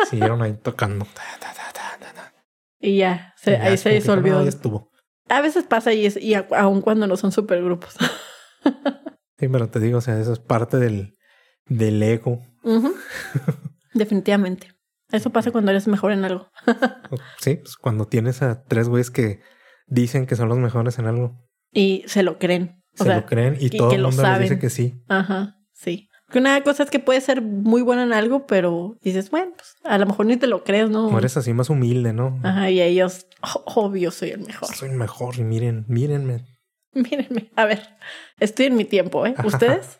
B: Siguieron ahí tocando. Ta, ta, ta, ta, ta, ta.
A: Y ya, se-
B: Y ya
A: ahí
B: es
A: se
B: como que dijo, "No,
A: disolvió.
B: ya estuvo.
A: A veces pasa y, es, y a- aun cuando no son supergrupos.
B: Sí, pero te digo, o sea, eso es parte del, del ego.
A: Ujú. Definitivamente. Eso pasa cuando eres mejor en algo.
B: Sí, pues cuando tienes a tres güeyes que dicen que son los mejores en algo,
A: Y se lo creen. O
B: se
A: sea,
B: lo creen y,
A: y
B: todo
A: que
B: el
A: lo
B: mundo les dice
A: saben.
B: que sí.
A: Ajá, sí. Que Una cosa es que puedes ser muy bueno en algo, pero dices, bueno, pues, a lo mejor ni te lo crees, ¿no?
B: O eres así más humilde, ¿no? Pues,
A: Ajá, y ellos, "Jo- obvio, soy el mejor.
B: Soy el mejor y miren, mírenme.
A: Mírenme, a ver, estoy en mi tiempo, ¿eh? ¿Ustedes?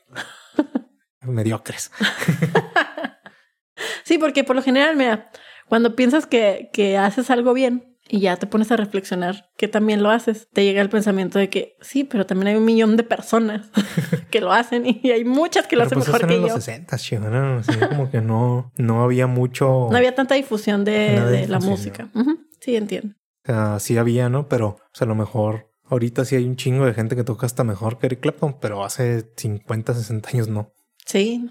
B: Mediocres.
A: Sí, porque por lo general, mira, cuando piensas que, que haces algo bien y ya te pones a reflexionar que también lo haces, te llega el pensamiento de que sí, pero también hay un millón de personas que lo hacen y hay muchas que lo
B: Pero
A: hacen
B: pues eso
A: mejor
B: era en
A: que
B: los
A: yo.
B: 60, chido, ¿no? Así como que no, no había mucho.
A: No había tanta difusión de,
B: Nada de
A: de la
B: difusión,
A: música. Ujú, Sí, entiendo.
B: O sea, sí había, ¿no? Pero o sea, a lo mejor ahorita sí hay un chingo de gente que toca hasta mejor que Eric Clapton, pero hace 50, 60 años no.
A: Sí.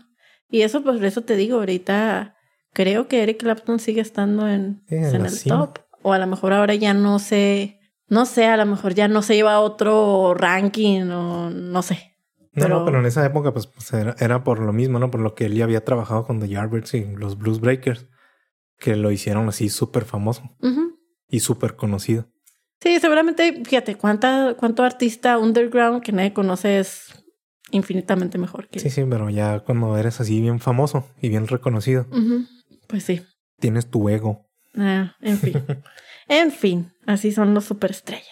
A: Y eso, pues, por eso te digo, ahorita creo que Eric Clapton sigue estando en,
B: Sí, en
A: en
B: la
A: el
B: cima.
A: top. O a lo mejor ahora ya no sé, no sé, a lo mejor ya no se lleva a otro ranking o no sé.
B: No,
A: Pero-
B: no, pero en esa época pues, pues, era, era por lo mismo, ¿no? Por lo que él ya había trabajado con The Yardbirds y los Blues Breakers, que lo hicieron así súper famoso
A: Ujú.
B: y súper conocido.
A: Sí, seguramente, fíjate, cuánta, cuánto artista underground que nadie conoce es infinitamente mejor que
B: Sí, sí, pero ya cuando eres así bien famoso y bien reconocido,
A: Ujú. Pues sí.
B: tienes tu ego.
A: Ah, en fin. en fin, así son los superestrellas.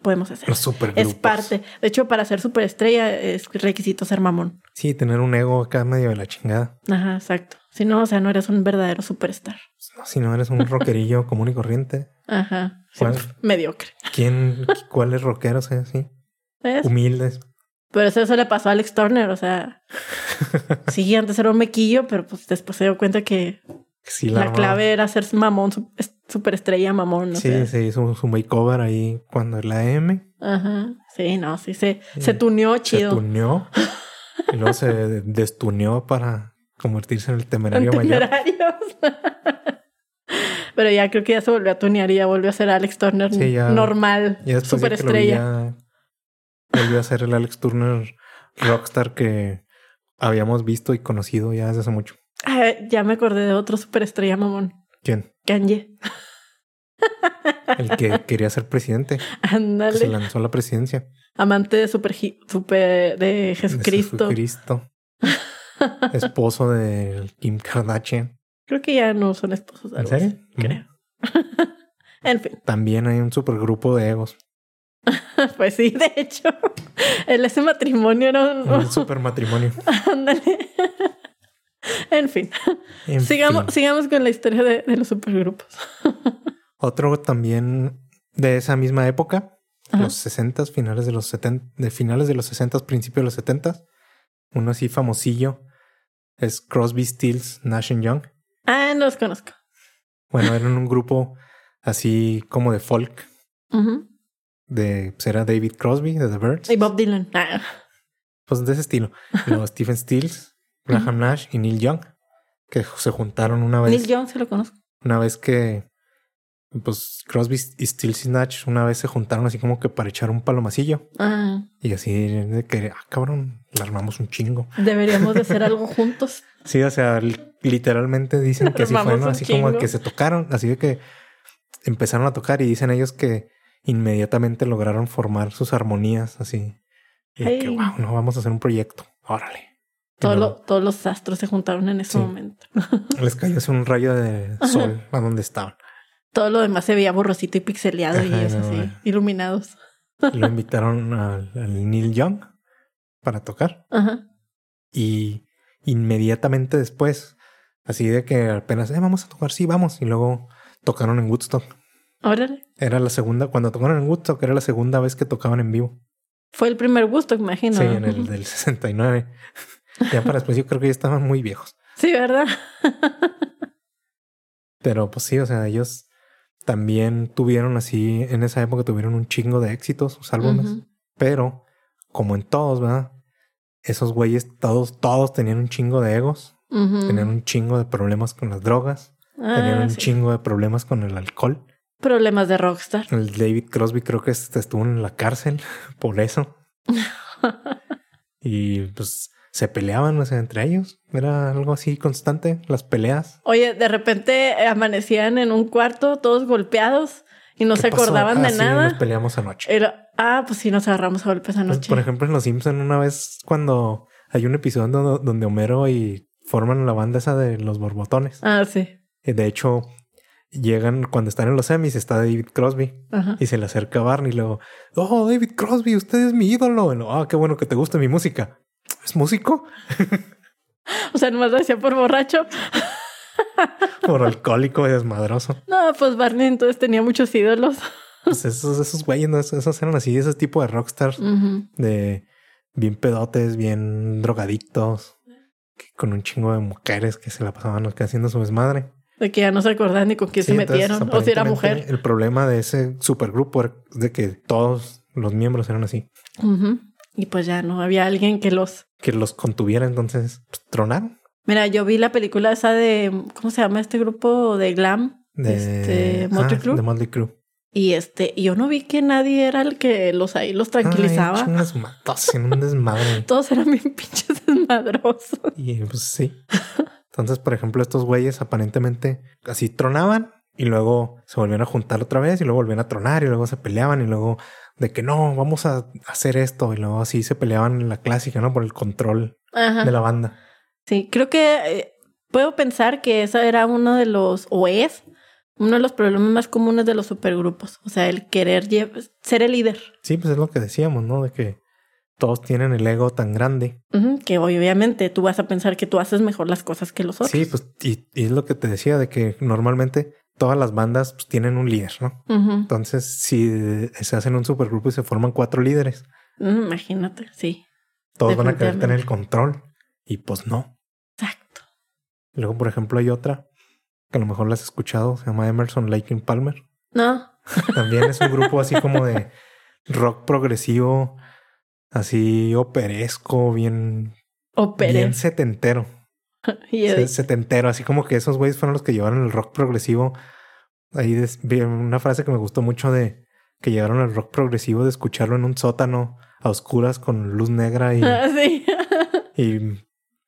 A: podemos hacer.
B: Los supergrupos.
A: Es parte. De hecho, para ser superestrella es requisito ser mamón.
B: Sí, tener un ego acá medio de la chingada.
A: Ajá, exacto. Si no, o sea, no eres un verdadero superstar.
B: Si Pues, no eres un rockerillo común y corriente.
A: Ajá. Sí,
B: Bueno.
A: pf, mediocre.
B: ¿Quién, cuáles rockeros es así?
A: ¿Ves?
B: Humildes.
A: Pero eso, eso le pasó a Alex Turner, o sea. sí, antes era un mequillo, pero pues después se dio cuenta que
B: que Sí,
A: la,
B: armaban.
A: clave era ser mamón, su- es- superestrella mamón, ¿no?
B: sí,
A: sé.
B: se hizo su makeover ahí cuando la M
A: Ajá. Sí, no, sí, se,
B: Sí.
A: se tuneó chido.
B: se tuneó y luego se destuneó para convertirse en el temerario mayor.
A: Temerarios. Pero ya creo que ya se volvió a tunear y ya volvió a ser Alex Turner
B: Sí, ya-
A: normal,
B: Y después de que lo vi,
A: superestrella.
B: ya volvió a ser el Alex Turner rockstar que habíamos visto y conocido ya desde hace mucho.
A: Ah, ya me acordé de otro superestrella mamón,
B: ¿Quién?
A: Kanye.
B: El que quería ser presidente, que se
A: Ándale,
B: lanzó a la presidencia.
A: amante de super, super de Jesucristo.
B: Jesucristo. Esposo de Kim Kardashian.
A: Creo que ya no son esposos.
B: ¿En
A: algo
B: serio?
A: así, Creo. en fin,
B: También hay un supergrupo de egos.
A: pues sí, de hecho, el ese matrimonio era un...
B: Un supermatrimonio.
A: Ándale. en fin,
B: En
A: sigamos,
B: fin.
A: sigamos con la historia de, de los supergrupos.
B: Otro también de esa misma época,
A: Ajá.
B: los 60 finales de los 70 de finales de los 60 principios de los 70 Uno así famosillo es Crosby, Stills, Nash and Young.
A: Ah, no los conozco.
B: Bueno, eran un grupo así como de folk
A: Ujú.
B: de pues era David Crosby de The Birds.
A: Y Bob Dylan. Ah,
B: Pues de ese estilo. Los Stephen Stills, Graham Nash y Neil Young, que se juntaron una vez.
A: Neil Young se lo conozco.
B: Una vez que, pues, Crosby y Stills y Nash una vez se juntaron así como que para echar un palomacillo.
A: Ah,
B: Y así de que, ah, cabrón, la armamos un chingo.
A: deberíamos de hacer algo juntos.
B: Sí, o sea, li- literalmente dicen
A: La
B: que así
A: armamos
B: fueron,
A: un
B: así como
A: chingo.
B: que se tocaron, así de que empezaron a tocar y dicen ellos que inmediatamente lograron formar sus armonías así. Y de que,
A: Ay.
B: wow, no, vamos a hacer un proyecto. Órale. Y
A: Todo
B: luego-
A: lo- todos los astros se juntaron en ese
B: Sí.
A: momento.
B: Les cayó así un rayo de sol a donde estaban.
A: Todo lo demás se veía borrosito y pixeleado y
B: Ajá,
A: eso
B: no,
A: así,
B: eh.
A: iluminados.
B: Y Lo invitaron al, al Neil Young para tocar.
A: Ajá.
B: Y inmediatamente después, así de que apenas, eh, vamos a tocar, sí, vamos. Y luego tocaron en Woodstock.
A: Órale.
B: Era la segunda, cuando tocaron en Woodstock, era la segunda vez que tocaban en vivo.
A: Fue el primer gusto, imagino.
B: Sí, en el
A: Ujú.
B: del 69. ya para después yo creo que ya estaban muy viejos.
A: Sí, ¿verdad?
B: Pero pues sí, o sea, ellos también tuvieron así, en esa época tuvieron un chingo de éxitos, sus álbumes.
A: Ujú.
B: Pero, como en todos, ¿verdad? Esos güeyes, todos, todos tenían un chingo de egos,
A: Ujú.
B: tenían un chingo de problemas con las drogas,
A: Mm. Ah,
B: tenían un
A: sí.
B: chingo de problemas con el alcohol.
A: Problemas de rockstar.
B: El David Crosby creo que este estuvo en la cárcel por eso. y pues se peleaban, o sea, entre ellos. Era algo así constante, las peleas.
A: Oye, de repente eh, amanecían en un cuarto, todos golpeados y no
B: ¿Qué
A: se
B: pasó?
A: acordaban
B: Ah,
A: de
B: sí, Nos
A: nada.
B: peleamos anoche.
A: Era, ah, pues sí, nos agarramos a golpes
B: Pues,
A: anoche.
B: por ejemplo, en Los Simpson una vez cuando hay un episodio donde, donde Homero y forman la banda esa de los borbotones.
A: Ah, sí.
B: Eh, De hecho, llegan cuando están en los semis, está David Crosby
A: Ajá.
B: y se le acerca Barney y luego, oh, David Crosby, usted es mi ídolo. Y luego, Ah, qué bueno que te gusta mi música. ¿Es músico?
A: O sea, nomás lo decía por borracho.
B: Por alcohólico y desmadroso.
A: No, pues Barney entonces tenía muchos ídolos.
B: Pues esos, esos güeyes, ¿no? esos, esos eran así, ese tipo de rockstars
A: Ujú.
B: de bien pedotes, bien drogadictos, que con un chingo de mujeres que se la pasaban acá haciendo su desmadre.
A: De que ya no se acordaban ni con quién
B: Sí,
A: se
B: entonces,
A: metieron. O si era
B: aparentemente,
A: mujer.
B: El problema de ese supergrupo era de que todos los miembros eran así.
A: Ujú. Y pues ya no había alguien que los.
B: que los contuviera, entonces pues, tronaron.
A: Mira, yo vi la película esa de. ¿Cómo se llama este grupo de glam?
B: De,
A: Este, Motley
B: ah,
A: Crue.
B: de Motley Crue.
A: Y este, y yo no vi que nadie era el que los ahí los tranquilizaba.
B: Ay, chinga su madre, todos haciendo un desmadre.
A: Todos eran bien pinches desmadrosos.
B: y pues sí. Entonces, por ejemplo, estos güeyes aparentemente así tronaban y luego se volvían a juntar otra vez y luego volvían a tronar y luego se peleaban y luego de que no, vamos a hacer esto. Y luego así se peleaban en la clásica, ¿no? Por el control
A: Ajá.
B: de la banda.
A: Sí, creo que eh, puedo pensar que esa era uno de los, o es uno de los problemas más comunes de los supergrupos. O sea, el querer lle- ser el líder.
B: Sí, pues es lo que decíamos, ¿no? De que todos tienen el ego tan grande.
A: Ujú, que obviamente tú vas a pensar que tú haces mejor las cosas que los otros.
B: Sí, pues y, y es lo que te decía de que normalmente todas las bandas pues, tienen un líder, ¿no?
A: Ujú.
B: Entonces, si se hacen un supergrupo y se forman cuatro líderes,
A: Mm, Imagínate, sí.
B: todos van a querer
A: Definitivamente.
B: tener el control y pues no.
A: Exacto.
B: Luego, por ejemplo, hay otra que a lo mejor la has escuchado, se llama Emerson Lake and Palmer.
A: No.
B: También es un grupo así como de rock progresivo, así operesco, bien,
A: O
B: bien
A: Pérez.
B: setentero.
A: Y yo
B: se-
A: dije,
B: setentero, así como que esos güeyes fueron los que llevaron el rock progresivo. Ahí des- vi una frase que me gustó mucho de que llevaron el rock progresivo de escucharlo en un sótano a oscuras con luz negra y,
A: ah, sí.
B: y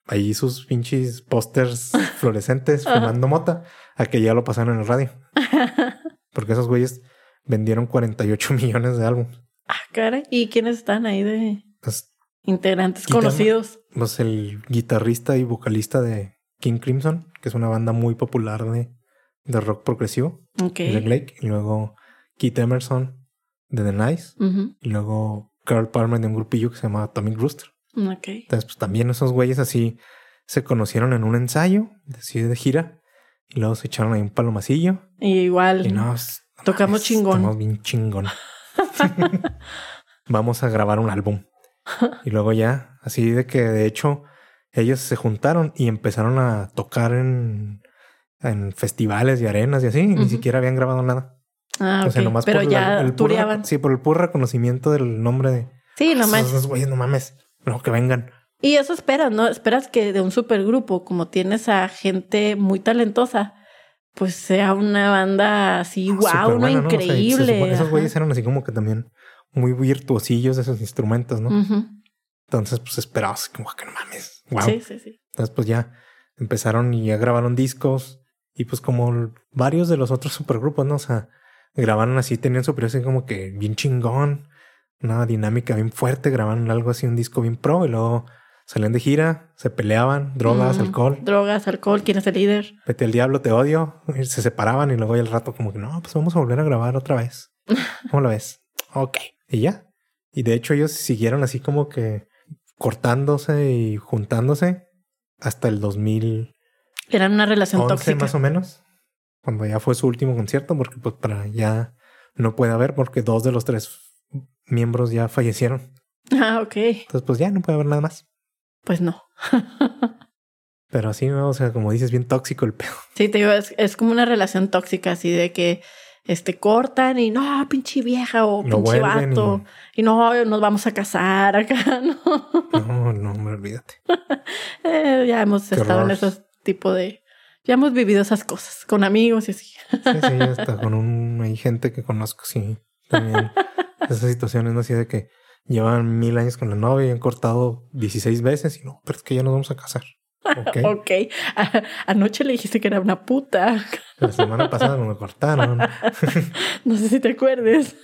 B: ahí sus pinches pósters fluorescentes fumando mota a que ya lo pasaron en el radio. Porque esos güeyes vendieron 48 millones de álbumes.
A: Ah, caray. ¿Y quiénes están ahí de
B: Pues,
A: integrantes
B: Quitando-
A: conocidos?
B: pues el guitarrista y vocalista de King Crimson, que es una banda muy popular de, de rock progresivo.
A: Ok.
B: Jack Blake, y luego Keith Emerson de The Nice,
A: Ujú,
B: y luego Carl Palmer de un grupillo que se llama Atomic Rooster.
A: Ok.
B: Entonces, pues también esos güeyes así se conocieron en un ensayo, así de gira, y luego se echaron ahí un palomacillo.
A: Y igual.
B: Y no, es- no
A: Tocamos
B: mames,
A: chingón.
B: Tocamos bien chingón. Vamos a grabar un álbum. Y luego ya, así de que de hecho ellos se juntaron y empezaron a tocar en, en festivales y arenas y así, y ni
A: Ujú.
B: siquiera habían grabado nada.
A: Ah,
B: O sea,
A: ok.
B: nomás
A: Pero
B: por la-
A: ya
B: el puro,
A: tureaban.
B: reco- sí, por el puro reconocimiento del nombre de
A: Sí, no
B: "Esos-
A: manches.
B: esos güeyes, no mames. No, que vengan.
A: Y eso esperas, ¿no? Esperas que de un supergrupo, como tienes a gente muy talentosa, pues sea una banda así, wow,
B: Ah, Superbuena, ¿no? O sea, y se
A: increíble.
B: supone- esos
A: ajá.
B: güeyes eran así como que también muy virtuosillos de esos instrumentos, ¿no?
A: Ujú.
B: Entonces, pues esperados, como que no mames. Wow.
A: Sí, sí, sí.
B: Entonces, pues ya empezaron y ya grabaron discos. Y pues como l- varios de los otros supergrupos, ¿no? O sea, grabaron así, tenían su periodo así como que bien chingón, una dinámica bien fuerte, grabaron algo así, un disco bien pro, y luego salían de gira, se peleaban, drogas,
A: Mm,
B: alcohol,
A: Drogas, alcohol, quién es el líder.
B: vete al diablo, te odio, y se separaban y luego ya al rato como que no, pues vamos a volver a grabar otra vez. ¿Cómo lo ves? ok. Y ya. Y de hecho ellos siguieron así como que cortándose y juntándose hasta el 2000.
A: Eran una relación
B: 11
A: tóxica.
B: más o menos, cuando ya fue su último concierto, porque pues para ya no puede haber, porque dos de los tres miembros ya fallecieron.
A: Ah, ok.
B: Entonces, pues ya no puede haber nada más.
A: Pues no.
B: Pero así, ¿no? o sea, como dices, bien tóxico el pedo.
A: Sí, te digo, es, es como una relación tóxica, así de que este cortan y no, pinche vieja o
B: No
A: pinche
B: vuelven. y-
A: vato. Y... no, nos vamos a casar acá, ¿no?
B: No, no, hombre, olvídate.
A: Eh, ya hemos
B: Qué
A: estado en
B: horror.
A: esos tipo de. Ya hemos vivido esas cosas con amigos y así.
B: Sí, sí, hasta con un... Hay gente que conozco, sí. También esas situaciones, ¿no? Así de que llevan mil años con la novia y han cortado 16 veces y no, pero es que ya nos vamos a casar. Ok.
A: Ok. A- Anoche le dijiste que era una puta.
B: La semana pasada me lo cortaron.
A: No sé si te acuerdes.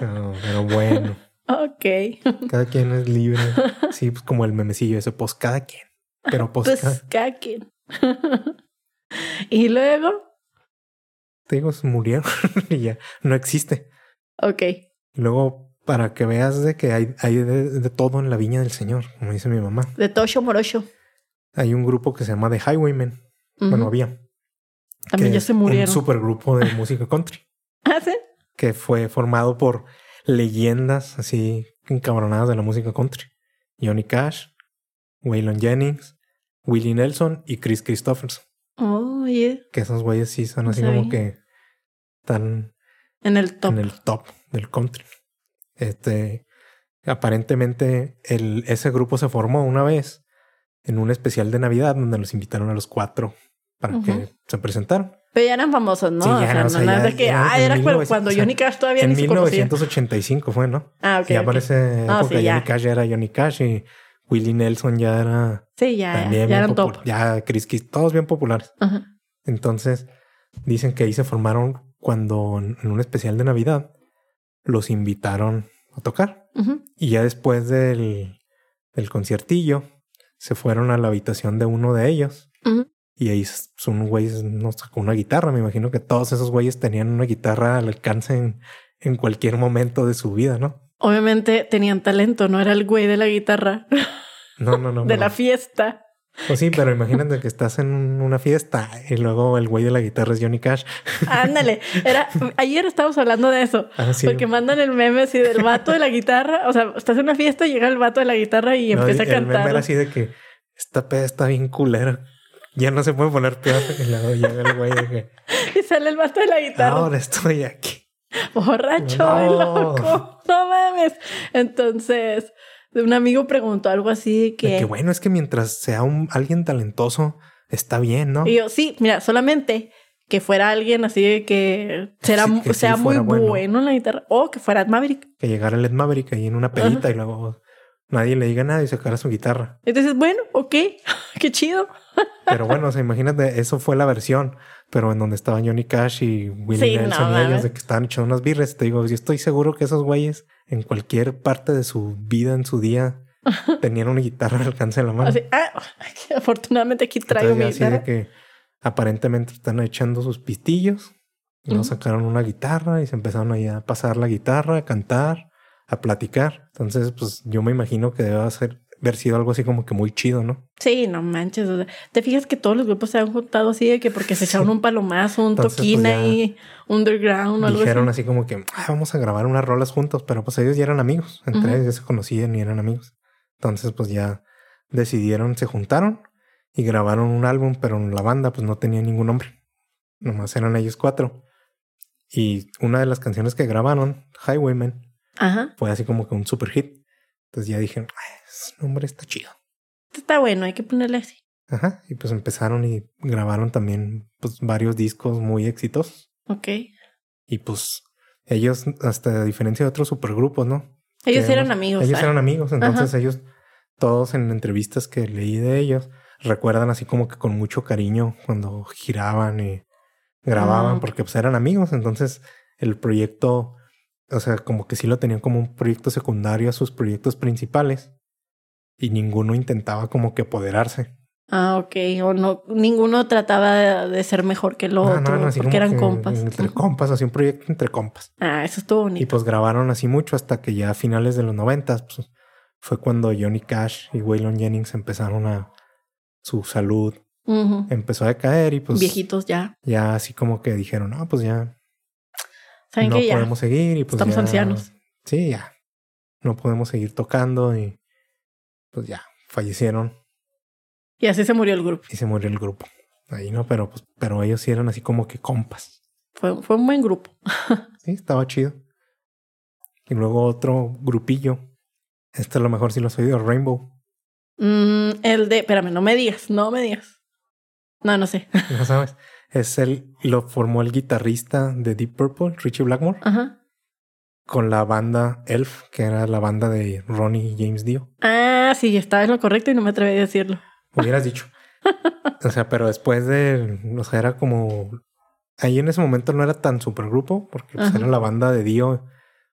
B: No, pero bueno.
A: Ok.
B: Cada quien es libre. Sí, pues como el memecillo ese, pues cada quien. Pero pues,
A: Pues
B: cada-
A: cada quien. Y luego,
B: te digo, se murieron y ya no existe.
A: ok.
B: Y luego, para que veas de que hay, hay de, de todo en la viña del Señor, como dice mi mamá.
A: De Tosho Morocho.
B: Hay un grupo que se llama The Highwaymen. Bueno,
A: Ujú.
B: había.
A: También
B: que
A: ya
B: es
A: se murieron.
B: Un supergrupo de música country
A: Ah, sí.
B: que fue formado por leyendas así encabronadas de la música country. Johnny Cash, Waylon Jennings, Willie Nelson y Chris Christopherson.
A: Oye,
B: que esos güeyes sí son
A: No
B: así como
A: sabía.
B: que están
A: en el Pues top.
B: en el top del country. Este, aparentemente el, ese grupo se formó una vez en un especial de Navidad donde los invitaron a los cuatro para
A: Ujú.
B: que se presentaran.
A: Pero ya eran famosos, ¿no?
B: Sí, ya
A: o sea,
B: eran, o
A: no
B: sea,
A: nada
B: ya-
A: de que,
B: ya
A: ah,
B: en
A: era cu-
B: 1900,
A: cuando
B: o sea,
A: Johnny Cash todavía
B: en
A: ni se conocía.
B: 1985 fue, ¿no?
A: Ah, ok.
B: ya
A: ok.
B: parece
A: Ah,
B: época
A: sí, ya.
B: Johnny Cash ya era Johnny Cash y Willie Nelson ya era
A: Sí, ya, ya,
B: también bien
A: eran
B: popu-
A: top.
B: ya Chris Kiss, todos bien populares.
A: Ajá.
B: Entonces, dicen que ahí se formaron cuando en en un especial de Navidad los invitaron a tocar.
A: Ujú.
B: Y ya después del, del conciertillo, se fueron a la habitación de uno de ellos
A: Ujú.
B: Y ahí s- un güey nos sacó una guitarra. Me imagino que todos esos güeyes tenían una guitarra al alcance en, en cualquier momento de su vida, ¿no?
A: Obviamente tenían talento, no era el güey de la guitarra,
B: No, no, no.
A: de
B: no.
A: la fiesta.
B: Pues sí, pero imagínate que estás en una fiesta y luego el güey de la guitarra es Johnny Cash.
A: Ándale, era ayer estábamos hablando de eso.
B: Ah, sí.
A: Porque mandan el meme así del vato de la guitarra. O sea, estás en una fiesta y llega el vato de la guitarra y
B: No,
A: empieza a
B: el meme
A: cantar.
B: era así de que esta peda está bien culera. Ya no se puede poner peor. Y luego llega el güey de que
A: Y sale el vato de la guitarra.
B: ahora estoy aquí.
A: Borracho,
B: No.
A: el loco. No mames. Entonces, un amigo preguntó algo así
B: De
A: que.
B: que bueno, es que mientras sea un, alguien talentoso, está bien, ¿no?
A: Y yo, sí, mira, solamente que fuera alguien así de que, será,
B: Sí, que sí
A: sea muy
B: fuera bueno.
A: bueno. en la guitarra. O que fuera Maverick.
B: Que llegara Led Maverick ahí en una pedita y luego nadie le diga nada y sacara su guitarra.
A: Entonces, bueno, ok, qué chido.
B: Pero bueno, o sea, imagínate, eso fue la versión, pero en donde estaban Johnny Cash y Willie
A: Sí, no
B: Nelson y ellos
A: mames.
B: de que estaban echando unas birras. Te digo, yo estoy seguro que esos güeyes en cualquier parte de su vida, en su día, tenían una guitarra al alcance de la mano.
A: Así, ah, que afortunadamente aquí traigo mi
B: Entonces, ya así
A: guitarra.
B: de que aparentemente están echando sus pistillos. Y luego
A: Ujú.
B: sacaron una guitarra y se empezaron ahí a pasar la guitarra, a cantar, a platicar. Entonces, pues yo me imagino que debe ser, haber sido algo así como que muy chido, ¿no?
A: Sí, no manches. o sea, Te fijas que todos los grupos se han juntado así de que porque se echaron un palomazo, un
B: Entonces, pues,
A: toquín
B: ya
A: ahí, underground o algo
B: Dijeron
A: así.
B: así como que "Ah, vamos a grabar unas rolas juntos, pero pues ellos ya eran amigos, entre
A: Ujú.
B: ellos ya se conocían y eran amigos. Entonces pues ya decidieron, se juntaron y grabaron un álbum, pero la banda pues no tenía ningún nombre, nomás eran ellos cuatro. Y una de las canciones que grabaron, Highwayman,
A: Ajá.
B: fue así como que un super hit. Entonces ya dijeron, "Ah, ese nombre está chido.
A: Está bueno, hay que ponerle así.
B: Ajá, y pues empezaron y grabaron también pues varios discos muy exitosos.
A: Ok.
B: Y pues ellos, hasta a diferencia de otros supergrupos, ¿no?
A: Ellos
B: que
A: eran
B: hemos-
A: amigos.
B: Ellos
A: ah.
B: eran amigos, entonces
A: Ajá.
B: ellos, todos en entrevistas que leí de ellos, recuerdan así como que con mucho cariño cuando giraban y grababan,
A: Ah.
B: porque pues eran amigos, entonces el proyecto, o sea, como que sí lo tenían como un proyecto secundario a sus proyectos principales y ninguno intentaba como que apoderarse.
A: Ah, ok. O no, ninguno trataba de, de ser mejor que el
B: Ah, No,
A: otro,
B: no, no, así
A: porque
B: como
A: eran
B: que
A: compas.
B: Entre
A: Ujú.
B: compas, así un proyecto entre compas.
A: Ah, eso estuvo
B: Y
A: bonito.
B: pues grabaron así mucho hasta que ya a finales de los noventas pues, fue cuando Johnny Cash y Waylon Jennings empezaron a su salud
A: Ujú.
B: empezó a decaer y pues
A: Viejitos ya.
B: ya así como que dijeron, no, pues ya
A: Saben
B: no
A: que ya
B: podemos seguir y pues
A: estamos
B: ya-
A: ancianos.
B: Sí, ya. No podemos seguir tocando y pues ya fallecieron
A: Y así se murió el grupo.
B: y se murió el grupo. Ahí no, pero pues pero ellos sí eran así como que compas.
A: Fue, fue un buen grupo.
B: Sí, estaba chido. Y luego otro grupillo. Este a lo mejor si lo has oído, Rainbow.
A: Mm, el de, espérame, no me digas, no me digas. No, no sé.
B: No sabes. Es el, lo formó el guitarrista de Deep Purple, Richie Blackmore,
A: Ajá.
B: con la banda Elf, que era la banda de Ronnie y James Dio.
A: Ah, sí, estaba en lo correcto y no me atreví a decirlo.
B: Hubieras dicho. O sea, pero después de. O sea, era como. Ahí en ese momento no era tan supergrupo, porque pues,
A: Ajá.
B: era la banda de Dio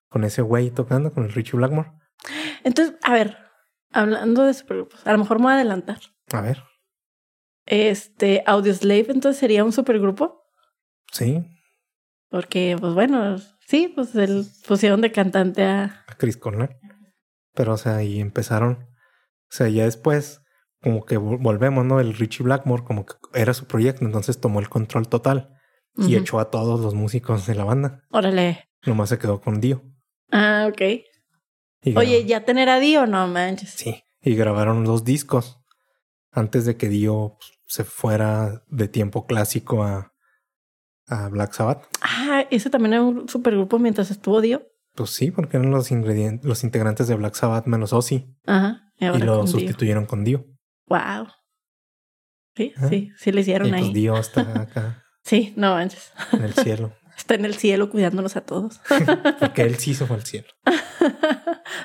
B: con ese güey tocando, con el Richie Blackmore.
A: Entonces, a ver, hablando de supergrupos, a lo mejor me voy a adelantar.
B: A ver.
A: Este, Audioslave entonces sería un supergrupo,
B: Sí,
A: porque pues bueno, sí, pues el pusieron de cantante a
B: a Chris Cornell. Pero, o sea, ahí empezaron. O sea, ya después, como que vol- volvemos, ¿no? El Richie Blackmore, como que era su proyecto, entonces tomó el control total y
A: Ujú.
B: echó a todos los músicos de la banda.
A: Órale.
B: Nomás se quedó con Dio.
A: Ah, ok.
B: Y
A: Oye,
B: grabaron-
A: ya tener a Dio, no manches.
B: Sí, y grabaron dos discos antes de que Dio pues, se fuera de tiempo clásico a, a Black Sabbath.
A: Ah, ese también era un supergrupo mientras estuvo Dio.
B: Pues sí, porque eran los ingredientes, los integrantes de Black Sabbath menos Ozzy
A: Ajá. Y,
B: y
A: ahora
B: lo
A: con Dio.
B: sustituyeron con Dio.
A: Wow. Sí,
B: Ajá.
A: sí, sí le hicieron
B: Y
A: ahí.
B: pues Dio está acá
A: Sí, no manches.
B: en el cielo.
A: Está en el cielo cuidándonos a todos.
B: Porque él sí se fue al cielo.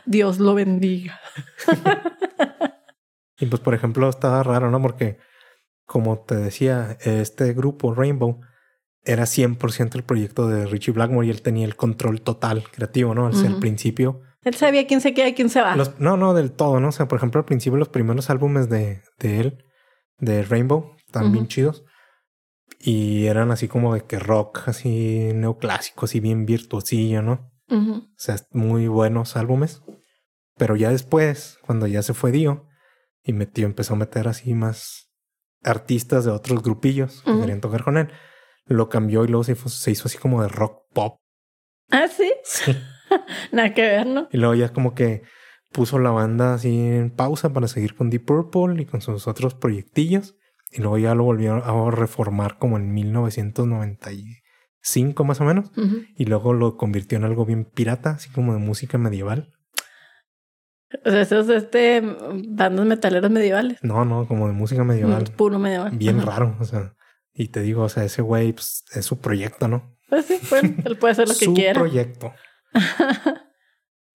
A: Dios lo bendiga.
B: Y pues, por ejemplo, estaba raro, ¿no? Porque, como te decía, este grupo Rainbow era 100% el proyecto de Richie Blackmore y él tenía el control total creativo, ¿no? Al ser
A: Ujú. Ah.
B: principio.
A: Él sabía quién se queda y quién se va.
B: Los- no, no, del todo, ¿no? O sea, por ejemplo, al principio los primeros álbumes de, de él, de Rainbow, están bien
A: Ujú.
B: chidos. Y eran así como de que rock, así neoclásico, así bien virtuosillo, ¿no?
A: Ujú.
B: O sea, muy buenos álbumes. Pero ya después, cuando ya se fue Dio, y metió, empezó a meter así más artistas de otros grupillos que
A: Ujú.
B: querían tocar con él, lo cambió y luego se, fu- se hizo así como de rock pop.
A: Ah, sí.
B: Sí.
A: Nada que ver, ¿no?
B: Y luego ya como que puso la banda así en pausa para seguir con Deep Purple y con sus otros proyectillos. Y luego ya lo volvió a reformar como en 1995 más o menos.
A: Ujú.
B: Y luego lo convirtió en algo bien pirata, así como de música medieval.
A: O sea, esos este, bandas metaleros medievales.
B: No, no, como de música medieval.
A: Mm, Puro medieval.
B: Bien
A: Ajá.
B: raro, o sea. Y te digo, o sea, ese güey pues, es su proyecto, ¿no?
A: Pues sí, bueno, él puede hacer lo que
B: su
A: quiera.
B: proyecto.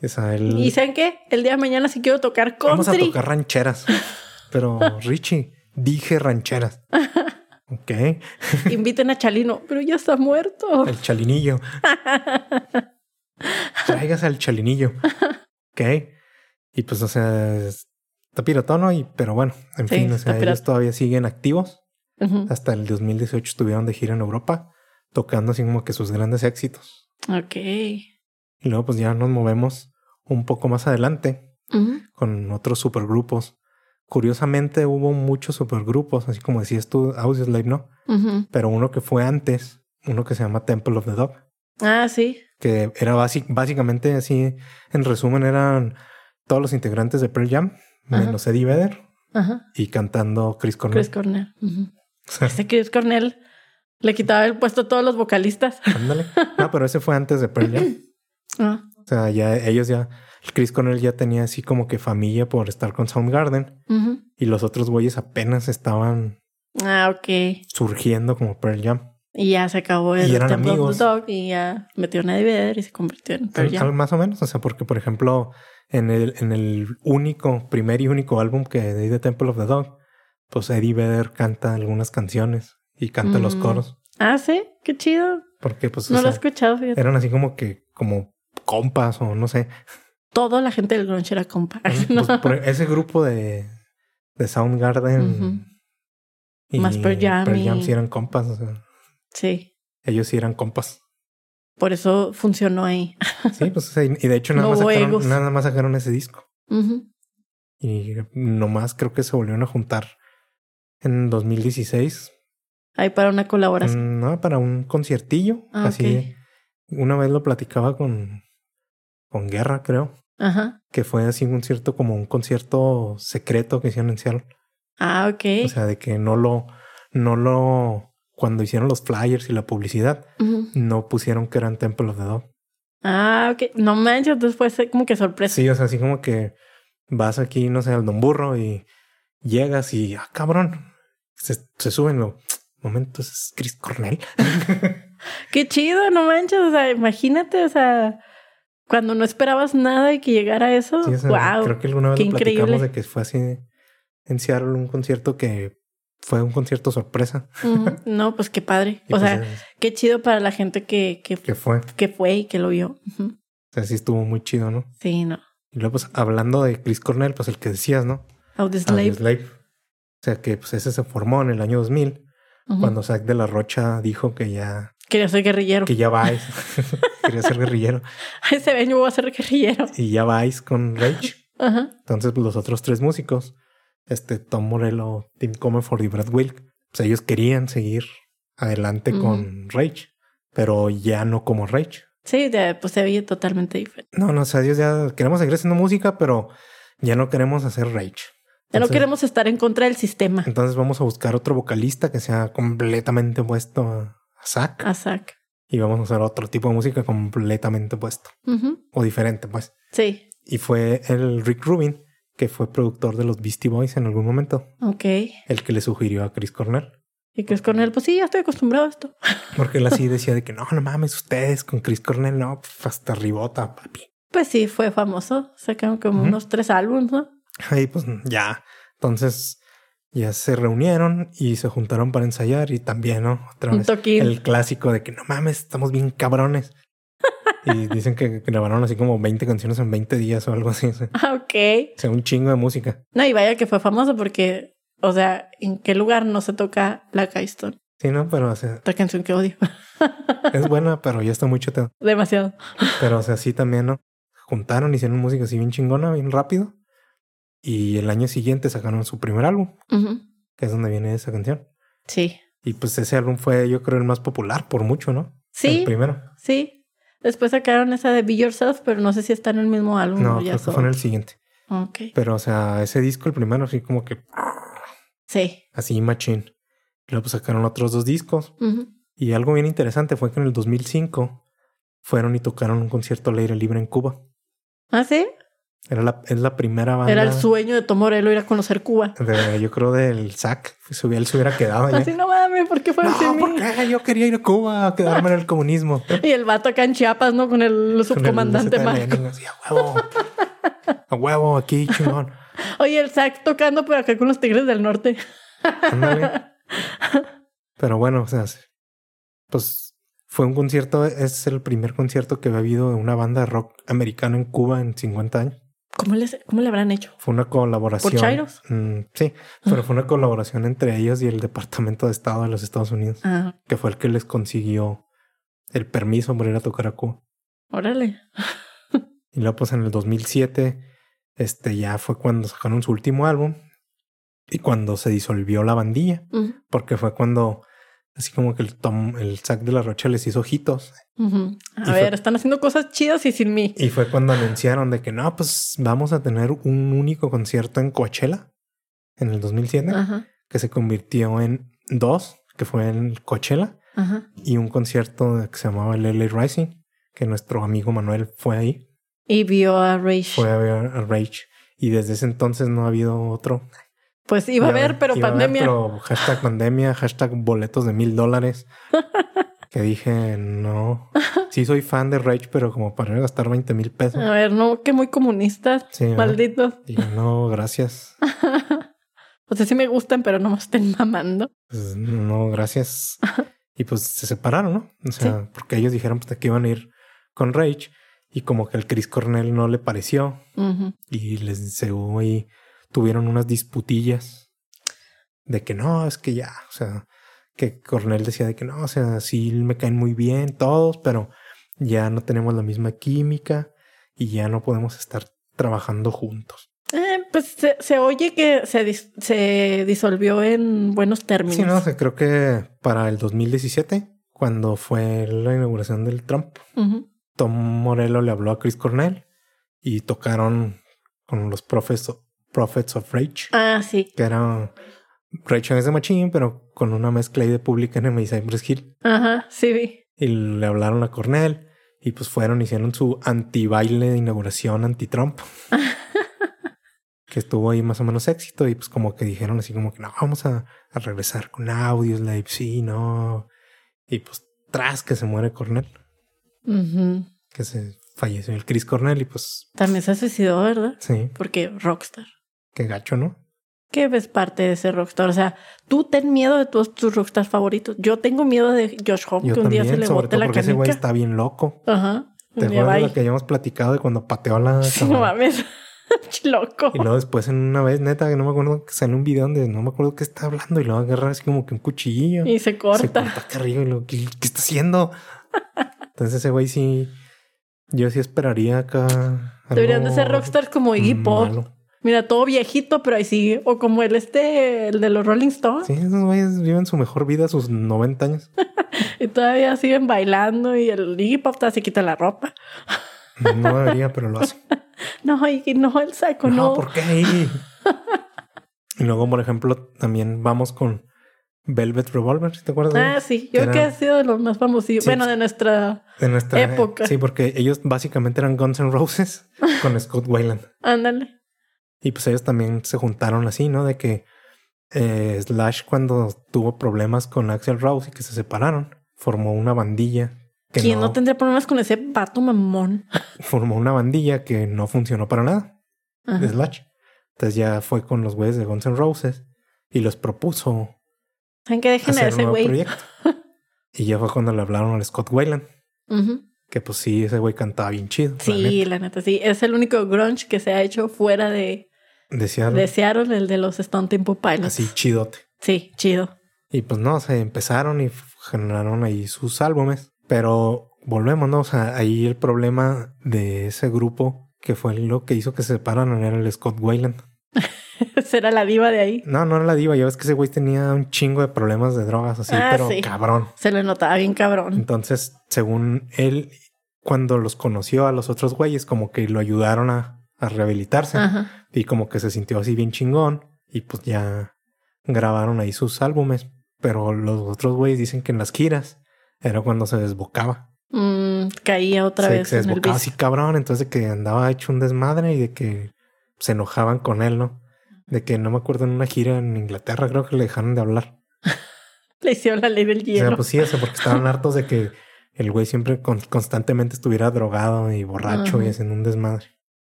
B: O sea, él...
A: ¿Y saben qué? El día de mañana si quiero tocar country.
B: Vamos a tocar rancheras. Pero Richie, dije rancheras. Ok, el
A: Inviten a Chalino, pero ya está muerto.
B: chalinillo. Traigas al chalinillo. Ok. Y pues, o sea, es- está piratono, y, pero bueno, en
A: Sí,
B: fin, o
A: está
B: sea, ellos
A: pirata.
B: todavía siguen activos.
A: Ujú.
B: Hasta el 2018 estuvieron de gira en Europa, tocando así como que sus grandes éxitos.
A: Ok.
B: Y luego, pues ya nos movemos un poco más adelante.
A: Ujú.
B: con otros supergrupos. Curiosamente hubo muchos supergrupos, así como decías tú, Audioslave, ¿no?
A: Ujú.
B: Pero uno que fue antes, uno que se llama Temple of the Dog,
A: Ah, sí.
B: que era basi- básicamente así, en resumen, eran todos los integrantes de Pearl Jam,
A: Ajá.
B: menos Eddie Vedder,
A: Ajá.
B: y cantando Chris Cornell.
A: Chris Cornell. Ujú. Ese Chris Cornell le quitaba el puesto a todos los vocalistas.
B: Ándale. No, pero ese fue antes de Pearl Jam.
A: Ah,
B: O sea, ya ellos ya, Chris Cornell ya tenía así como que familia por estar con Soundgarden,
A: ujú.
B: y los otros güeyes apenas estaban
A: Ah, ok.
B: surgiendo como Pearl Jam.
A: Y ya se acabó
B: Y
A: el
B: eran
A: Temple of
B: amigos.
A: the Dog y ya metió una Vedder y se convirtió en Pearl
B: Al-
A: Jam.
B: al- más o menos, o sea, porque por ejemplo, en el, en el único, primer y único álbum que de The Temple of the Dog, pues Eddie Vedder canta algunas canciones y canta los
A: Mm.
B: coros,
A: Ah, sí. Qué chido.
B: porque pues o
A: No lo he
B: sea,
A: escuchado. fíjate.
B: eran así como que como compas o no sé.
A: Toda la gente del grunge era compa. ¿no?
B: Pues, por ese grupo de, de Soundgarden
A: Ujú. Más Pearl
B: Pearl
A: Jam y-
B: sí eran compas, o sea,
A: Sí.
B: ellos sí eran compas.
A: Por eso funcionó ahí.
B: Sí, pues o sea, y y de hecho nada,
A: No
B: más
A: hubo
B: sacaron,
A: egos.
B: nada más sacaron ese disco.
A: Ujú.
B: Y nomás creo que se volvieron a juntar en 2016.
A: Ahí para una colaboración.
B: mm, No, para un conciertillo.
A: Ah,
B: Mm, así.
A: ok.
B: Una vez lo platicaba con, con Guerra, creo.
A: Ajá.
B: Que fue así un concierto como un concierto secreto que hicieron en Seattle.
A: Ah, ok.
B: O sea, de que no lo, no lo, cuando hicieron los flyers y la publicidad,
A: Ujú.
B: no pusieron que eran Temple of the Dog.
A: Ah, ok. No manches, entonces fue así como que sorpresa.
B: Sí, o sea, así como que vas aquí, no sé, al Don Burro y llegas y, ah, cabrón, se, se suben los momentos, es Chris Cornell.
A: Qué chido, no manches. O sea, imagínate, o sea, cuando no esperabas nada y que llegara eso.
B: Sí, o sea,
A: wow.
B: Creo que alguna vez
A: qué
B: lo platicamos
A: increíble.
B: de que fue así en Seattle un concierto que fue un concierto sorpresa.
A: Ujú. No, pues qué padre.
B: Y
A: O
B: pues,
A: sea,
B: eh,
A: qué chido para la gente que, que,
B: que fue, o
A: que fue y que lo vio. Ujú.
B: sea, sí estuvo muy chido, ¿no?
A: Sí, no.
B: Y luego, pues, hablando de Chris Cornell, pues el que decías, ¿no?
A: Audioslave.
B: Audioslave. Ah, O sea, que pues ese se formó en el año 2000,
A: Ujú.
B: cuando Zack de la Rocha dijo que ya,
A: Quería ser guerrillero.
B: que ya va, quería ser guerrillero.
A: Ese año yo voy a ser guerrillero.
B: y ya vais con Rage.
A: Ajá.
B: Entonces, pues, los otros tres músicos, este Tom Morello, Tim Comerford y Brad Wilk, pues ellos querían seguir adelante
A: Ujú.
B: con Rage, pero ya no como Rage.
A: Sí, ya, pues se veía totalmente diferente.
B: No, no, o sea, ellos ya queremos seguir haciendo música, pero ya no queremos hacer Rage.
A: Ya no
B: Entonces-
A: queremos estar en contra del sistema.
B: Entonces vamos a buscar otro vocalista que sea completamente opuesto a Zack
A: A Zack.
B: y vamos a hacer otro tipo de música completamente opuesto
A: Ujú.
B: o diferente, pues.
A: Sí.
B: Y fue el Rick Rubin, que fue productor de los Beastie Boys en algún momento.
A: Ok.
B: el que le sugirió a Chris Cornell.
A: Y Chris Cornell, pues sí, ya estoy acostumbrado a esto.
B: Porque él así decía de que no, no mames, ustedes con Chris Cornell, no, pf, hasta ribota, papi.
A: Pues sí, fue famoso. Sacaron como
B: Ujú.
A: unos tres álbumes, ¿no?
B: Y pues ya. Entonces ya se reunieron y se juntaron para ensayar y también, ¿no? Otra
A: Un
B: vez
A: toquín.
B: el clásico de que no mames, estamos bien cabrones. Y dicen que grabaron así como 20 canciones en 20 días o algo así. O sea,
A: Ah, ok.
B: o sea, un chingo de música.
A: No, y vaya que fue famoso porque O sea, ¿en qué lugar no se toca la Keystone?
B: Sí, no, pero o sea,
A: Esta canción que odio.
B: es buena, pero ya está muy chata.
A: Demasiado.
B: Pero o sea, sí también, ¿no? Juntaron, hicieron música así bien chingona, bien rápido. Y el año siguiente sacaron su primer álbum,
A: Ujú.
B: que es donde viene esa canción.
A: Sí.
B: Y pues ese álbum fue, yo creo, el más popular por mucho, ¿no? El
A: Sí,
B: primero.
A: sí. Después sacaron esa de Be Yourself, pero no sé si está en el mismo álbum.
B: No,
A: o Mm, ya
B: creo que fue en
A: solo.
B: el siguiente.
A: Ok.
B: Pero, o sea, ese disco, el primero, así como que
A: Sí.
B: así machín. Luego pues, sacaron otros dos discos.
A: Ujú.
B: Y algo bien interesante fue que en el 2005 fueron y tocaron un concierto al aire libre en Cuba.
A: ¿Ah, sí?
B: Era la, es la primera banda.
A: Era el sueño de Tom Morello ir a conocer Cuba.
B: de- yo creo del SAC. pues, Si hubiera- él se hubiera quedado ya.
A: Así pues, no mames, ¿por qué fue
B: No,
A: sin
B: ¿por
A: mí?
B: qué? Yo quería ir a Cuba a quedarme en el comunismo.
A: Y el vato acá en Chiapas, ¿no? Con el
B: Con el
A: subcomandante
B: ZLN,
A: Marco.
B: así, a huevo. A huevo, aquí, chingón.
A: Oye, el sac tocando por acá con los Tigres del Norte.
B: Ándale. Pero bueno, o sea, pues fue un concierto, es el primer concierto que había habido de una banda de rock americano en Cuba en 50 años.
A: ¿Cómo, les, ¿Cómo le habrán hecho?
B: Fue una colaboración.
A: ¿Por Chairos?
B: Mm, sí, pero fue una colaboración entre ellos y el Departamento de Estado de los Estados Unidos,
A: Ah,
B: que fue el que les consiguió el permiso para ir a tocar a Cuba.
A: órale.
B: Y luego, pues en el 2007, este ya fue cuando sacaron su último álbum y cuando se disolvió la bandilla.
A: Ujú,
B: porque fue cuando así como que el Tom, el Zack de la Rocha les hizo ojitos
A: ujú. A
B: Y fue-
A: ver, están haciendo cosas chidas y sin mí.
B: y fue cuando anunciaron de que no, pues vamos a tener un único concierto en Coachella en el 2007
A: Ajá,
B: que se convirtió en dos, que fue en Coachella
A: ajá.
B: y un concierto que se llamaba el LA Rising, que nuestro amigo Manuel fue ahí,
A: Y vio a Rage.
B: fue a ver a Rage y desde ese entonces no ha habido otro.
A: pues iba a
B: Ya ven,
A: ver, pero
B: iba a haber,
A: pandemia.
B: pero hashtag pandemia, hashtag boletos de mil dólares. Que dije, no. Sí, soy fan de Rage, pero como para ir a gastar 20 mil pesos.
A: A ver, no, que muy comunistas.
B: Sí, ¿verdad?
A: Malditos.
B: Digo, no, gracias.
A: O sea, sí me gustan, pero no me estén mamando.
B: Pues, no, gracias. Y pues se separaron, ¿no? O sea, porque ellos dijeron pues, que iban a ir con Rage y como que al Chris Cornell no le pareció
A: Ujú.
B: y les se hubo ahí- tuvieron unas disputillas de que no, es que ya, o sea, que Cornell decía de que no, o sea, sí me caen muy bien todos, pero ya no tenemos la misma química y ya no podemos estar trabajando juntos.
A: Eh, pues se, se oye que se, dis- se disolvió en buenos términos.
B: Sí, no, o sea, creo que para el 2017, cuando fue la inauguración del Trump,
A: Ujú.
B: Tom Morello le habló a Chris Cornell y tocaron con los Prophets of- Prophets of Rage.
A: Ah, sí.
B: que era Rage Against the Machine, pero con una mezcla ahí de Public Enemy y Cypress Hill.
A: Ajá, sí vi.
B: Y le hablaron a Cornell y pues fueron, hicieron su anti-baile de inauguración anti-Trump. que estuvo ahí más o menos éxito y pues como que dijeron así como que no, vamos a, a regresar con audios, live, sí, no. Y pues tras que se muere Cornell,
A: Ujú.
B: que se falleció el Chris Cornell y pues
A: También se suicidó, ¿verdad?
B: sí,
A: Porque rockstar.
B: qué gacho, ¿no?
A: ¿Qué ves parte de ese rockstar? O sea, tú ten miedo de todos tus rockstars favoritos. Yo tengo miedo de Josh Homme
B: Yo
A: que un día se
B: también,
A: le
B: sobre
A: bote
B: todo
A: la
B: porque ese güey
A: canica.
B: está bien loco.
A: Ajá.
B: ¿Te
A: Un día
B: acuerdas de
A: va
B: lo que habíamos platicado de cuando pateó la
A: y- No
B: cámara?
A: mames. Loco.
B: Y luego después en una vez, neta, que no me acuerdo que salió un video donde no me acuerdo qué está hablando y luego agarra así como que un cuchillo.
A: Y se
B: Se
A: corta.
B: corta acá arriba y luego, ¿qué, qué está haciendo? Entonces ese güey sí, yo sí esperaría acá.
A: Deberían de
B: algo
A: ser rockstars como Iggy Pop.
B: malo.
A: Mira, todo viejito, pero ahí sigue. O como el este, el de los Rolling Stones.
B: Sí, esos güeyes viven su mejor vida a sus 90 años.
A: Y todavía siguen bailando y el Iggy Pop todavía se quita la ropa.
B: No debería, pero lo hacen.
A: No, Iggy, no, el saco,
B: No,
A: no.
B: ¿por qué ahí? Y luego, por ejemplo, también vamos con Velvet Revolver, ¿te acuerdas? de
A: Ah,
B: ellos?
A: sí. Yo creo
B: Era-
A: que ha sido de los más famosos.
B: Sí,
A: Bueno,
B: sí.
A: de nuestra...
B: De nuestra
A: Época.
B: Sí, porque ellos básicamente eran Guns N' Roses con Scott Weiland.
A: Ándale.
B: Y pues ellos también se juntaron así, ¿no? De que eh, Slash cuando tuvo problemas con Axel Rose y que se separaron, formó una bandilla. Que
A: ¿Quién no...
B: no-
A: tendría problemas con ese vato mamón?
B: Formó una bandilla que no funcionó para nada
A: Ajá.
B: de Slash. Entonces ya fue con los güeyes de Guns N' Roses y los propuso
A: ¿Saben qué? Dejen a
B: hacer un
A: ese
B: nuevo
A: güey.
B: proyecto. Y ya fue cuando le hablaron al Scott Weiland.
A: Ujú.
B: Que pues sí, ese güey cantaba bien chido. la
A: Sí,
B: neta.
A: la neta, sí. Es el único grunge que se ha hecho fuera de
B: Desearon.
A: Desearon el de los Stone Temple Pilots.
B: Así chidote.
A: Sí, chido.
B: Y pues no, se empezaron y f- generaron ahí sus álbumes. Pero volvemos, ¿no? O sea, ahí el problema de ese grupo que fue lo que hizo que se separaran era el Scott Wayland.
A: Será la diva de ahí.
B: No, no era la diva. Ya ves que ese güey tenía un chingo de problemas de drogas así,
A: Ah,
B: pero
A: sí.
B: cabrón.
A: Se le notaba bien cabrón.
B: Entonces, según él, cuando los conoció a los otros güeyes, como que lo ayudaron a, a rehabilitarse.
A: Ajá.
B: Y como que se sintió así bien chingón. Y pues ya grabaron ahí sus álbumes. Pero los otros güeyes dicen que en las giras era cuando se desbocaba.
A: Mm, caía otra
B: se,
A: vez
B: se
A: en el
B: desbocaba así
A: vicio.
B: cabrón. Entonces de que andaba hecho un desmadre y de que se enojaban con él, ¿no? De que no me acuerdo en una gira en Inglaterra, creo que le dejaron de hablar.
A: Le hicieron la ley del
B: O sea,
A: hielo.
B: pues sí, eso, porque estaban hartos de que el güey siempre con- constantemente estuviera drogado y borracho y
A: Ajá.
B: haciendo un desmadre.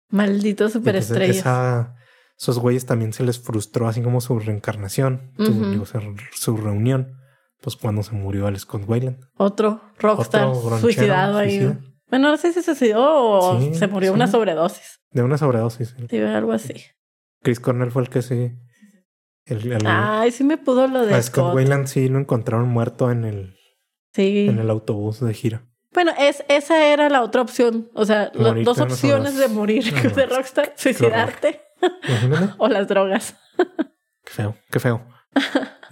A: Maldito
B: Y, pues,
A: superestrellas.
B: esa- esos güeyes también se les frustró, así como su reencarnación, su-
A: Ujú.
B: digo, su, su reunión, pues cuando se murió el Scott Wayland.
A: Otro rockstar
B: Otro gronchero,
A: suicidado ahí.
B: suicida.
A: Bueno, no sé si se suicidó o
B: Sí,
A: se murió
B: sí.
A: una sobredosis.
B: De una sobredosis. el-
A: Sí, algo así.
B: Chris Cornell fue el que sí. El, el-
A: Ay, sí me pudo lo Ah, de
B: a Ah, Scott
A: Scott.
B: Wayland sí lo encontraron muerto en el,
A: Sí.
B: en el autobús de gira.
A: Bueno, es, esa era la otra opción. O sea, lo-
B: Morirte
A: dos
B: en las
A: opciones de
B: drogas.
A: morir
B: No,
A: de
B: no,
A: rockstar. Suicidarte
B: Imagínate.
A: o las drogas.
B: qué feo, qué feo.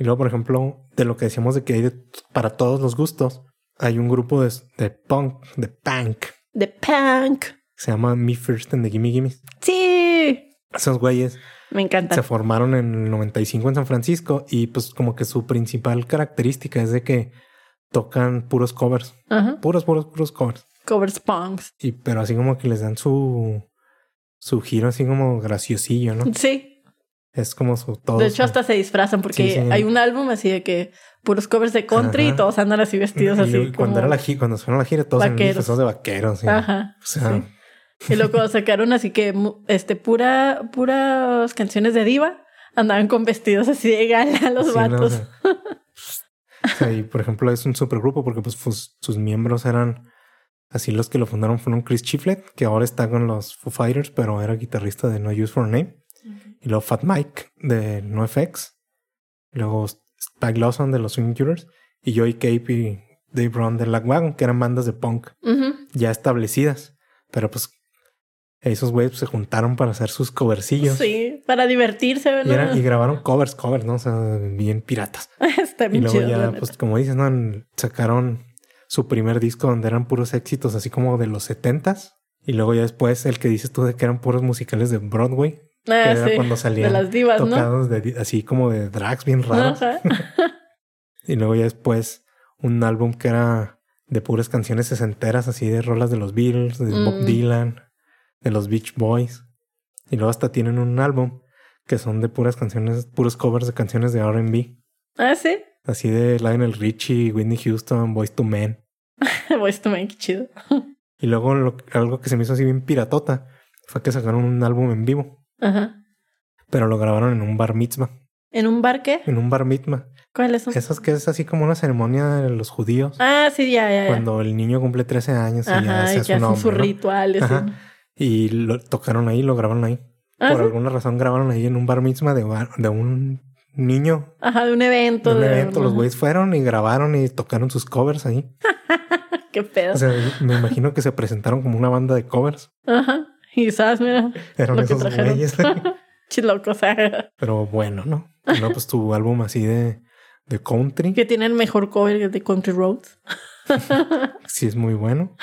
B: Y luego, por ejemplo, de lo que decíamos de que hay de- para todos los gustos, hay un grupo de, de punk, de punk, que
A: The punk.
B: se llama Me First and the Gimme Gimme.
A: Sí.
B: Esos güeyes
A: Me encanta.
B: se formaron en el 95 en San Francisco y pues como que su principal característica es de que tocan puros covers,
A: Ajá.
B: puros, puros, puros covers.
A: Covers punks.
B: Y pero así como que les dan su su giro así como graciosillo, ¿no?
A: Sí.
B: Es como su todo.
A: De hecho,
B: su-
A: hasta se disfrazan porque
B: Sí, sí.
A: hay un álbum así de que puros covers de country
B: Ajá.
A: y todos andan así vestidos
B: Y
A: así.
B: luego cuando
A: como-
B: era la gi- cuando fueron a la gira todos eran
A: Vaqueros.
B: disfrazados de vaqueros, sí.
A: Ajá.
B: O sea,
A: sí. Y luego sacaron así que mu- este pura puras canciones de diva andaban con vestidos así de gala los
B: sí, ¿no?
A: vatos.
B: O sea, o sea, y por ejemplo es un supergrupo porque pues fus- sus miembros eran así los que lo fundaron fueron Chris Chiflet, que ahora está con los Foo Fighters, pero era guitarrista de No Use for a Name, y luego Fat Mike de NoFX, luego Spike Lawson de los Swing Curers y Joey Cape y Dave Brown de Lagwagon, que eran bandas de punk
A: Ujú.
B: ya establecidas, pero pues esos güeyes pues, se juntaron para hacer sus covercillos.
A: Sí, para divertirse,
B: Y,
A: ¿verdad?
B: eran- y grabaron covers, covers, ¿no? O sea, bien piratas.
A: Está
B: Y
A: bien
B: luego
A: chido. la
B: ya,
A: neta.
B: pues como dices, ¿no? En- Sacaron su primer disco donde eran puros éxitos, así como de los setentas. Y luego ya después el que dices tú de que eran puros musicales de Broadway, que
A: Ah,
B: era
A: sí,
B: cuando
A: De
B: salían
A: las divas, ¿no?
B: tocados de di- así como de drags bien raros.
A: Ajá.
B: Y luego ya después un álbum que era de puras canciones sesenteras, así de rolas de los Beatles, de Bob
A: Mm.
B: Dylan, de los Beach Boys. Y luego hasta tienen un álbum que son de puras canciones, puros covers de canciones de R&B.
A: Ah, sí.
B: Así de Lionel Richie, Whitney Houston, Boys to Men.
A: Voice to Man, qué chido.
B: Y luego lo- algo que se me hizo así bien piratota fue que sacaron un álbum en vivo,
A: Ajá.
B: pero lo grabaron en un bar mitzvah.
A: ¿En un bar qué?
B: En un bar mitzvah.
A: ¿Cuáles son?
B: Esas que es así como una ceremonia de los judíos.
A: Pues Ah, sí, ya, ya. ya.
B: Cuando el niño cumple 13 años y ya
A: Ajá,
B: se
A: y
B: hace
A: que
B: un
A: hacen sus
B: hombre, ¿no?
A: rituales.
B: Ajá.
A: ¿no?
B: Y lo tocaron ahí, lo grabaron ahí.
A: Ah,
B: Por
A: sí.
B: alguna razón grabaron ahí en un bar mitzvah de, bar- de un niño
A: Ajá, de un evento.
B: de un
A: de
B: evento. Los
A: ajá.
B: güeyes fueron y grabaron y tocaron sus covers ahí.
A: Qué pedo.
B: O sea, me imagino que se presentaron como una banda de covers.
A: Ajá. Y sabes, mira,
B: Eran
A: Lo que
B: esos
A: trajeron.
B: güeyes.
A: chilocos. ajá.
B: Pero bueno, ¿no? Y luego, pues tu álbum así de, de country,
A: Que tienen mejor cover de Country Roads.
B: sí es muy bueno.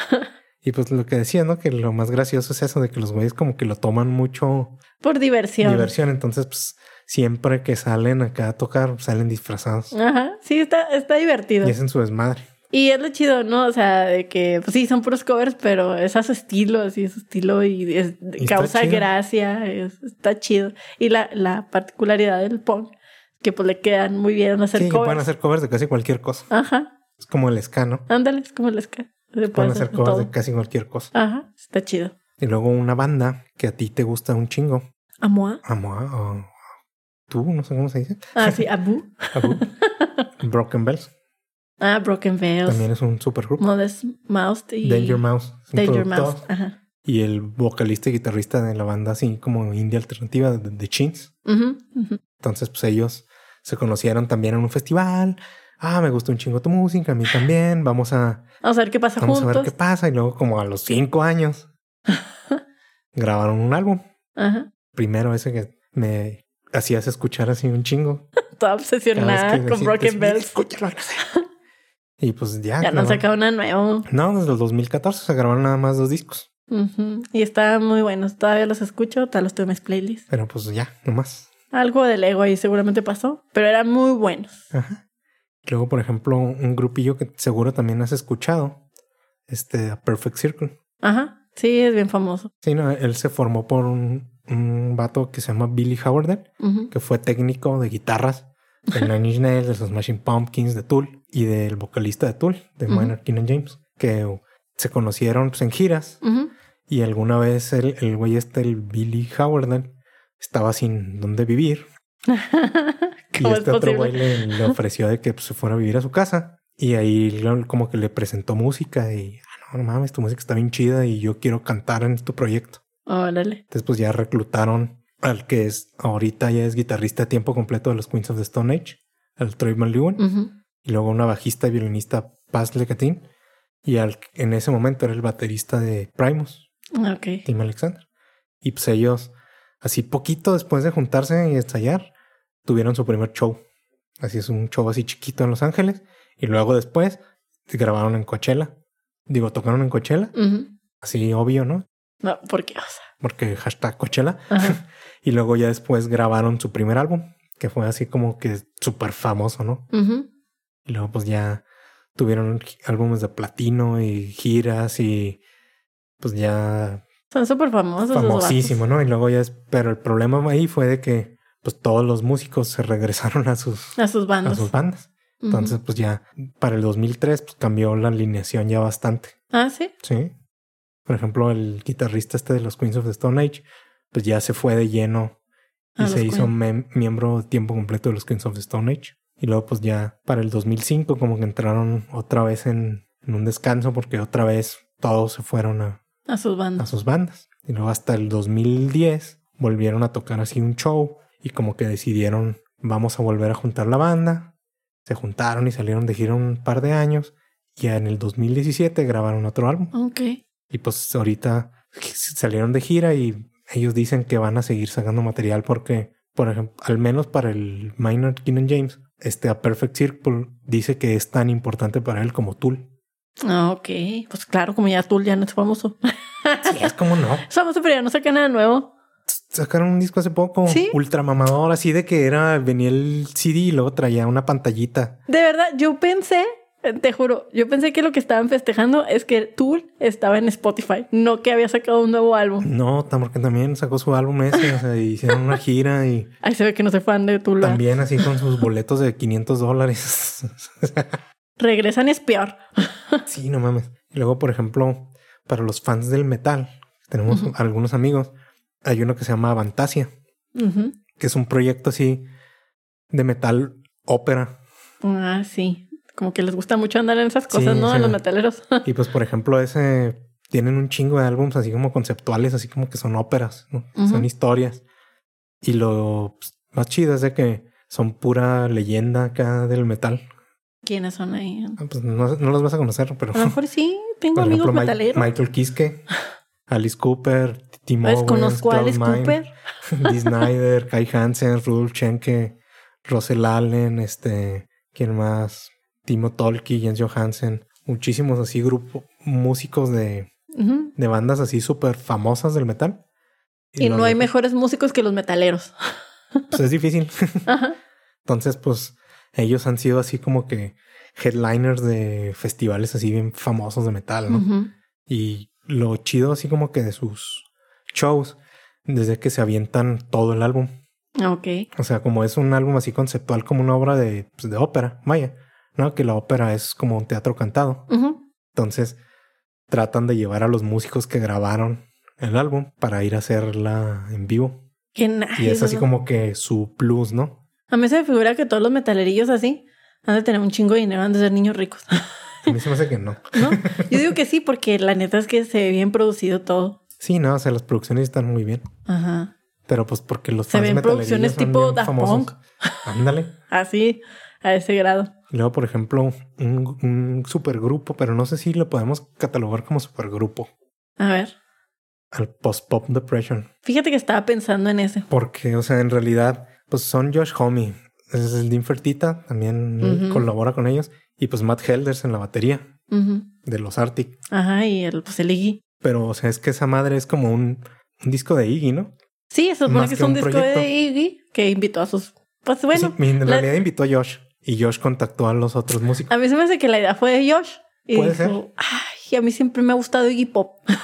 B: Y pues lo que decía, ¿no? Que lo más gracioso es eso de que los güeyes como que lo toman mucho
A: Por diversión.
B: diversión. Entonces, pues siempre que salen acá a tocar, salen disfrazados.
A: Ajá. Sí, está, está divertido.
B: Y hacen su desmadre.
A: Y es lo chido, ¿no? O sea, de que pues, sí, son puros covers, pero es a su estilo, así, es su estilo y, es-
B: Y está
A: causa
B: chido.
A: gracia, es- está chido. Y la, la particularidad del punk, que pues le quedan muy bien hacer
B: Sí, que
A: covers.
B: pueden hacer covers de casi cualquier cosa.
A: Ajá,
B: Es como el ska, ¿no?
A: ándale, es como les cae. Se puede
B: Pueden
A: hacer
B: hacer covers
A: todo.
B: de casi cualquier cosa.
A: Ajá, está chido.
B: Y luego una banda que a ti te gusta un chingo.
A: ¿Amoa?
B: Amoa o tú, no sé cómo se dice.
A: Ah, sí, Abu.
B: Abu. Broken Bells.
A: Ah, Broken Veils.
B: También es un supergrupo.
A: Modest Mouse y...
B: Danger Mouse. es un
A: Danger
B: productor.
A: Mouse. Ajá.
B: y el vocalista y guitarrista de la banda así como indie alternativa de, de Chins.
A: Ujú, ujú.
B: Entonces, pues ellos se conocieron también en un festival. Ah, me gusta un chingo tu música, a mí también. Vamos a,
A: Vamos a ver qué pasa
B: vamos a ver
A: juntos.
B: qué pasa. Y luego, como a los cinco años, grabaron un álbum.
A: Ajá.
B: Primero ese que me hacías escuchar así un chingo.
A: Toda
B: Cada vez
A: obsesionada
B: que
A: con
B: decías,
A: Broken
B: "Mira,
A: Bells.
B: escúchalo, no sé. Y pues ya.
A: Ya no han
B: grabaron.
A: sacado una nueva.
B: No, desde el 2014 se grabaron nada más dos discos.
A: Ujú. Y está muy buenos. Todavía los escucho, tal los tuve en mis playlists.
B: Pero pues ya, nomás.
A: Algo del ego ahí seguramente pasó, pero eran muy buenos.
B: Ajá. Luego, por ejemplo, un grupillo que seguro también has escuchado. Este, A Perfect Circle.
A: Ajá. Sí, es bien famoso.
B: Sí, no, él se formó por un, un vato que se llama Billy Howard,
A: Ujú.
B: que fue técnico de guitarras de Nine Inch Nails, de los Smashing Pumpkins, de Tool y del vocalista de Tool, de
A: Ujú.
B: Minor Keenan James, que se conocieron pues, en giras
A: Ujú.
B: y alguna vez el, el güey este, el Billy Howard, estaba sin dónde vivir y
A: ¿Cómo es
B: este otro güey
A: posible?
B: le, le ofreció de que pues, se fuera a vivir a su casa. Y ahí lo- como que le presentó música y, ah, no, no mames, tu música está bien chida y yo quiero cantar en tu proyecto.
A: Órale.
B: Entonces pues ya reclutaron al que es ahorita ya es guitarrista a tiempo completo de los Queens of the Stone Age, al Troy Van Leeuwen,
A: Ujú.
B: y luego una bajista y violinista Paz Lecatín, y al en ese momento era el baterista de Primus,
A: Ok.
B: Tim Alexander. Y pues ellos, así poquito después de juntarse y estallar, tuvieron su primer show. Así es un show así chiquito en Los Ángeles. Y luego después grabaron en Coachella. Digo, tocaron en Coachella.
A: Ujú.
B: Así obvio, ¿no?
A: No, ¿por qué? O sea,
B: Porque hashtag Coachella.
A: Ajá.
B: Y luego ya después grabaron su primer álbum, que fue así como que súper famoso, ¿no?
A: Ujú.
B: Y luego pues ya tuvieron gi- álbumes de platino y giras y pues ya
A: Son súper famosos. esos vatos.
B: famosísimo, ¿no? Y luego ya es, pero el problema ahí fue de que pues todos los músicos se regresaron a sus
A: A sus
B: a
A: bandas.
B: sus bandas.
A: Ujú.
B: Entonces, pues ya para el 2003 pues cambió la alineación ya bastante,
A: Ah, sí.
B: ¿sí? Por ejemplo, el guitarrista este de los Queens of the Stone Age pues ya se fue de lleno y
A: A
B: se
A: los
B: hizo mem- miembro de tiempo completo de los Queens of the Stone Age. Y luego pues ya para el 2005 como que entraron otra vez en, en un descanso porque otra vez todos se fueron a,
A: A sus
B: a
A: bandas.
B: sus bandas. Y luego hasta el 2010 volvieron a tocar así un show y como que decidieron vamos a volver a juntar la banda. Se juntaron y salieron de gira un par de años y en el 2017 grabaron otro álbum.
A: Ok.
B: Y pues ahorita salieron de gira y ellos dicen que van a seguir sacando material porque, por ejemplo, al menos para el Minor Keenan James, este A Perfect Circle dice que es tan importante para él como Tool.
A: Ah, ok. Pues claro, como ya Tool ya no es famoso.
B: Sí, es como no.
A: Es famoso, pero ya no saca nada nuevo.
B: sacaron un disco hace poco,
A: ¿Sí?
B: ultra mamador, así de que era, venía el CD y luego traía una pantallita.
A: De verdad, yo pensé, eh, te juro, yo pensé que lo que estaban festejando es que Tool estaba en Spotify, no que había sacado un nuevo álbum.
B: No, tam- porque también sacó su álbum ese, o sea, y hicieron una gira y
A: Ahí se ve que no soy fan de Tool. ¿verdad?
B: también así con sus boletos de 500 dólares.
A: Regresan y es peor.
B: sí, no mames. Y luego, por ejemplo, para los fans del metal, tenemos
A: Ujú.
B: algunos amigos, hay uno que se llama Avantasia,
A: Ujú.
B: que es un proyecto así de metal ópera.
A: Ah, sí. Como que les gusta mucho andar en esas
B: Sí,
A: cosas, ¿no?
B: o
A: A los
B: sea,
A: metaleros.
B: Y pues, por ejemplo, ese tienen un chingo de álbumes así como conceptuales, así como que son óperas, ¿no?
A: Ujú.
B: son historias. Y lo pues, más chido es de que son pura leyenda acá del metal.
A: ¿Quiénes son ahí?
B: Ah, Pues no, no los vas a conocer, pero
A: A lo mejor sí, Ah, tengo
B: por
A: amigos
B: ejemplo, Mi-
A: metaleros.
B: Michael Kiske, Alice Cooper, Timo,
A: ¿Ves? Conozco a Alice Cooper.
B: Dee Snyder, Kai Hansen, Rudolf Schenke, Russell Allen, este, ¿quién más? Timo Tolki, Jens Johansen, muchísimos así grupos, músicos de
A: Ujú.
B: de bandas así súper famosas del metal.
A: Y
B: los
A: no hay
B: de-
A: mejores músicos que los metaleros.
B: Pues es difícil.
A: Ajá.
B: Entonces, pues ellos han sido así como que headliners de festivales así bien famosos de metal, ¿no?
A: Ujú.
B: Y lo chido así como que de sus shows, desde que se avientan todo el álbum.
A: Ok.
B: O sea, como es un álbum así conceptual, como una obra de, pues, de ópera, vaya, ¿no? Que la ópera es como un teatro cantado.
A: Ujú.
B: Entonces tratan de llevar a los músicos que grabaron el álbum para ir a hacerla en vivo.
A: Qué nice,
B: Y es así
A: ¿no?
B: como que su plus, ¿no?
A: A mí se me figura que todos los metalerillos así han de tener un chingo de dinero, han de ser niños ricos.
B: A mí se me hace que no.
A: ¿No? Yo digo que sí, porque la neta es que se ve bien producido todo.
B: Sí, no, o sea, las producciones están muy bien.
A: Ajá.
B: Pero pues porque los
A: Se ven
B: metalerillos
A: producciones
B: son
A: tipo
B: bien
A: Daft
B: famosos.
A: Punk.
B: Ándale.
A: Así, a ese grado.
B: Y Luego, por ejemplo, un, un supergrupo, pero no sé si lo podemos catalogar como supergrupo.
A: A ver.
B: Al post-pop depression.
A: Fíjate que estaba pensando en ese.
B: Porque, o sea, en realidad, pues son Josh Homme. Es el Dean Fertita, también
A: Ujú.
B: colabora con ellos. Y pues Matt Helders en la batería
A: Ujú.
B: de los Arctic.
A: Ajá, y el, pues el Iggy.
B: Pero, o sea, es que esa madre es como un, un disco de Iggy, ¿no?
A: Sí, se supone
B: Más
A: que es
B: que
A: un,
B: un
A: disco
B: proyecto.
A: de Iggy que invitó a sus. Pues bueno,
B: Sí, en
A: la-
B: realidad invitó a Josh y Josh contactó a los otros músicos.
A: a mí se me hace que la idea fue de Josh. Y
B: Puede
A: dijo,
B: ser.
A: ay, a mí siempre me ha gustado Iggy Pop. Ah.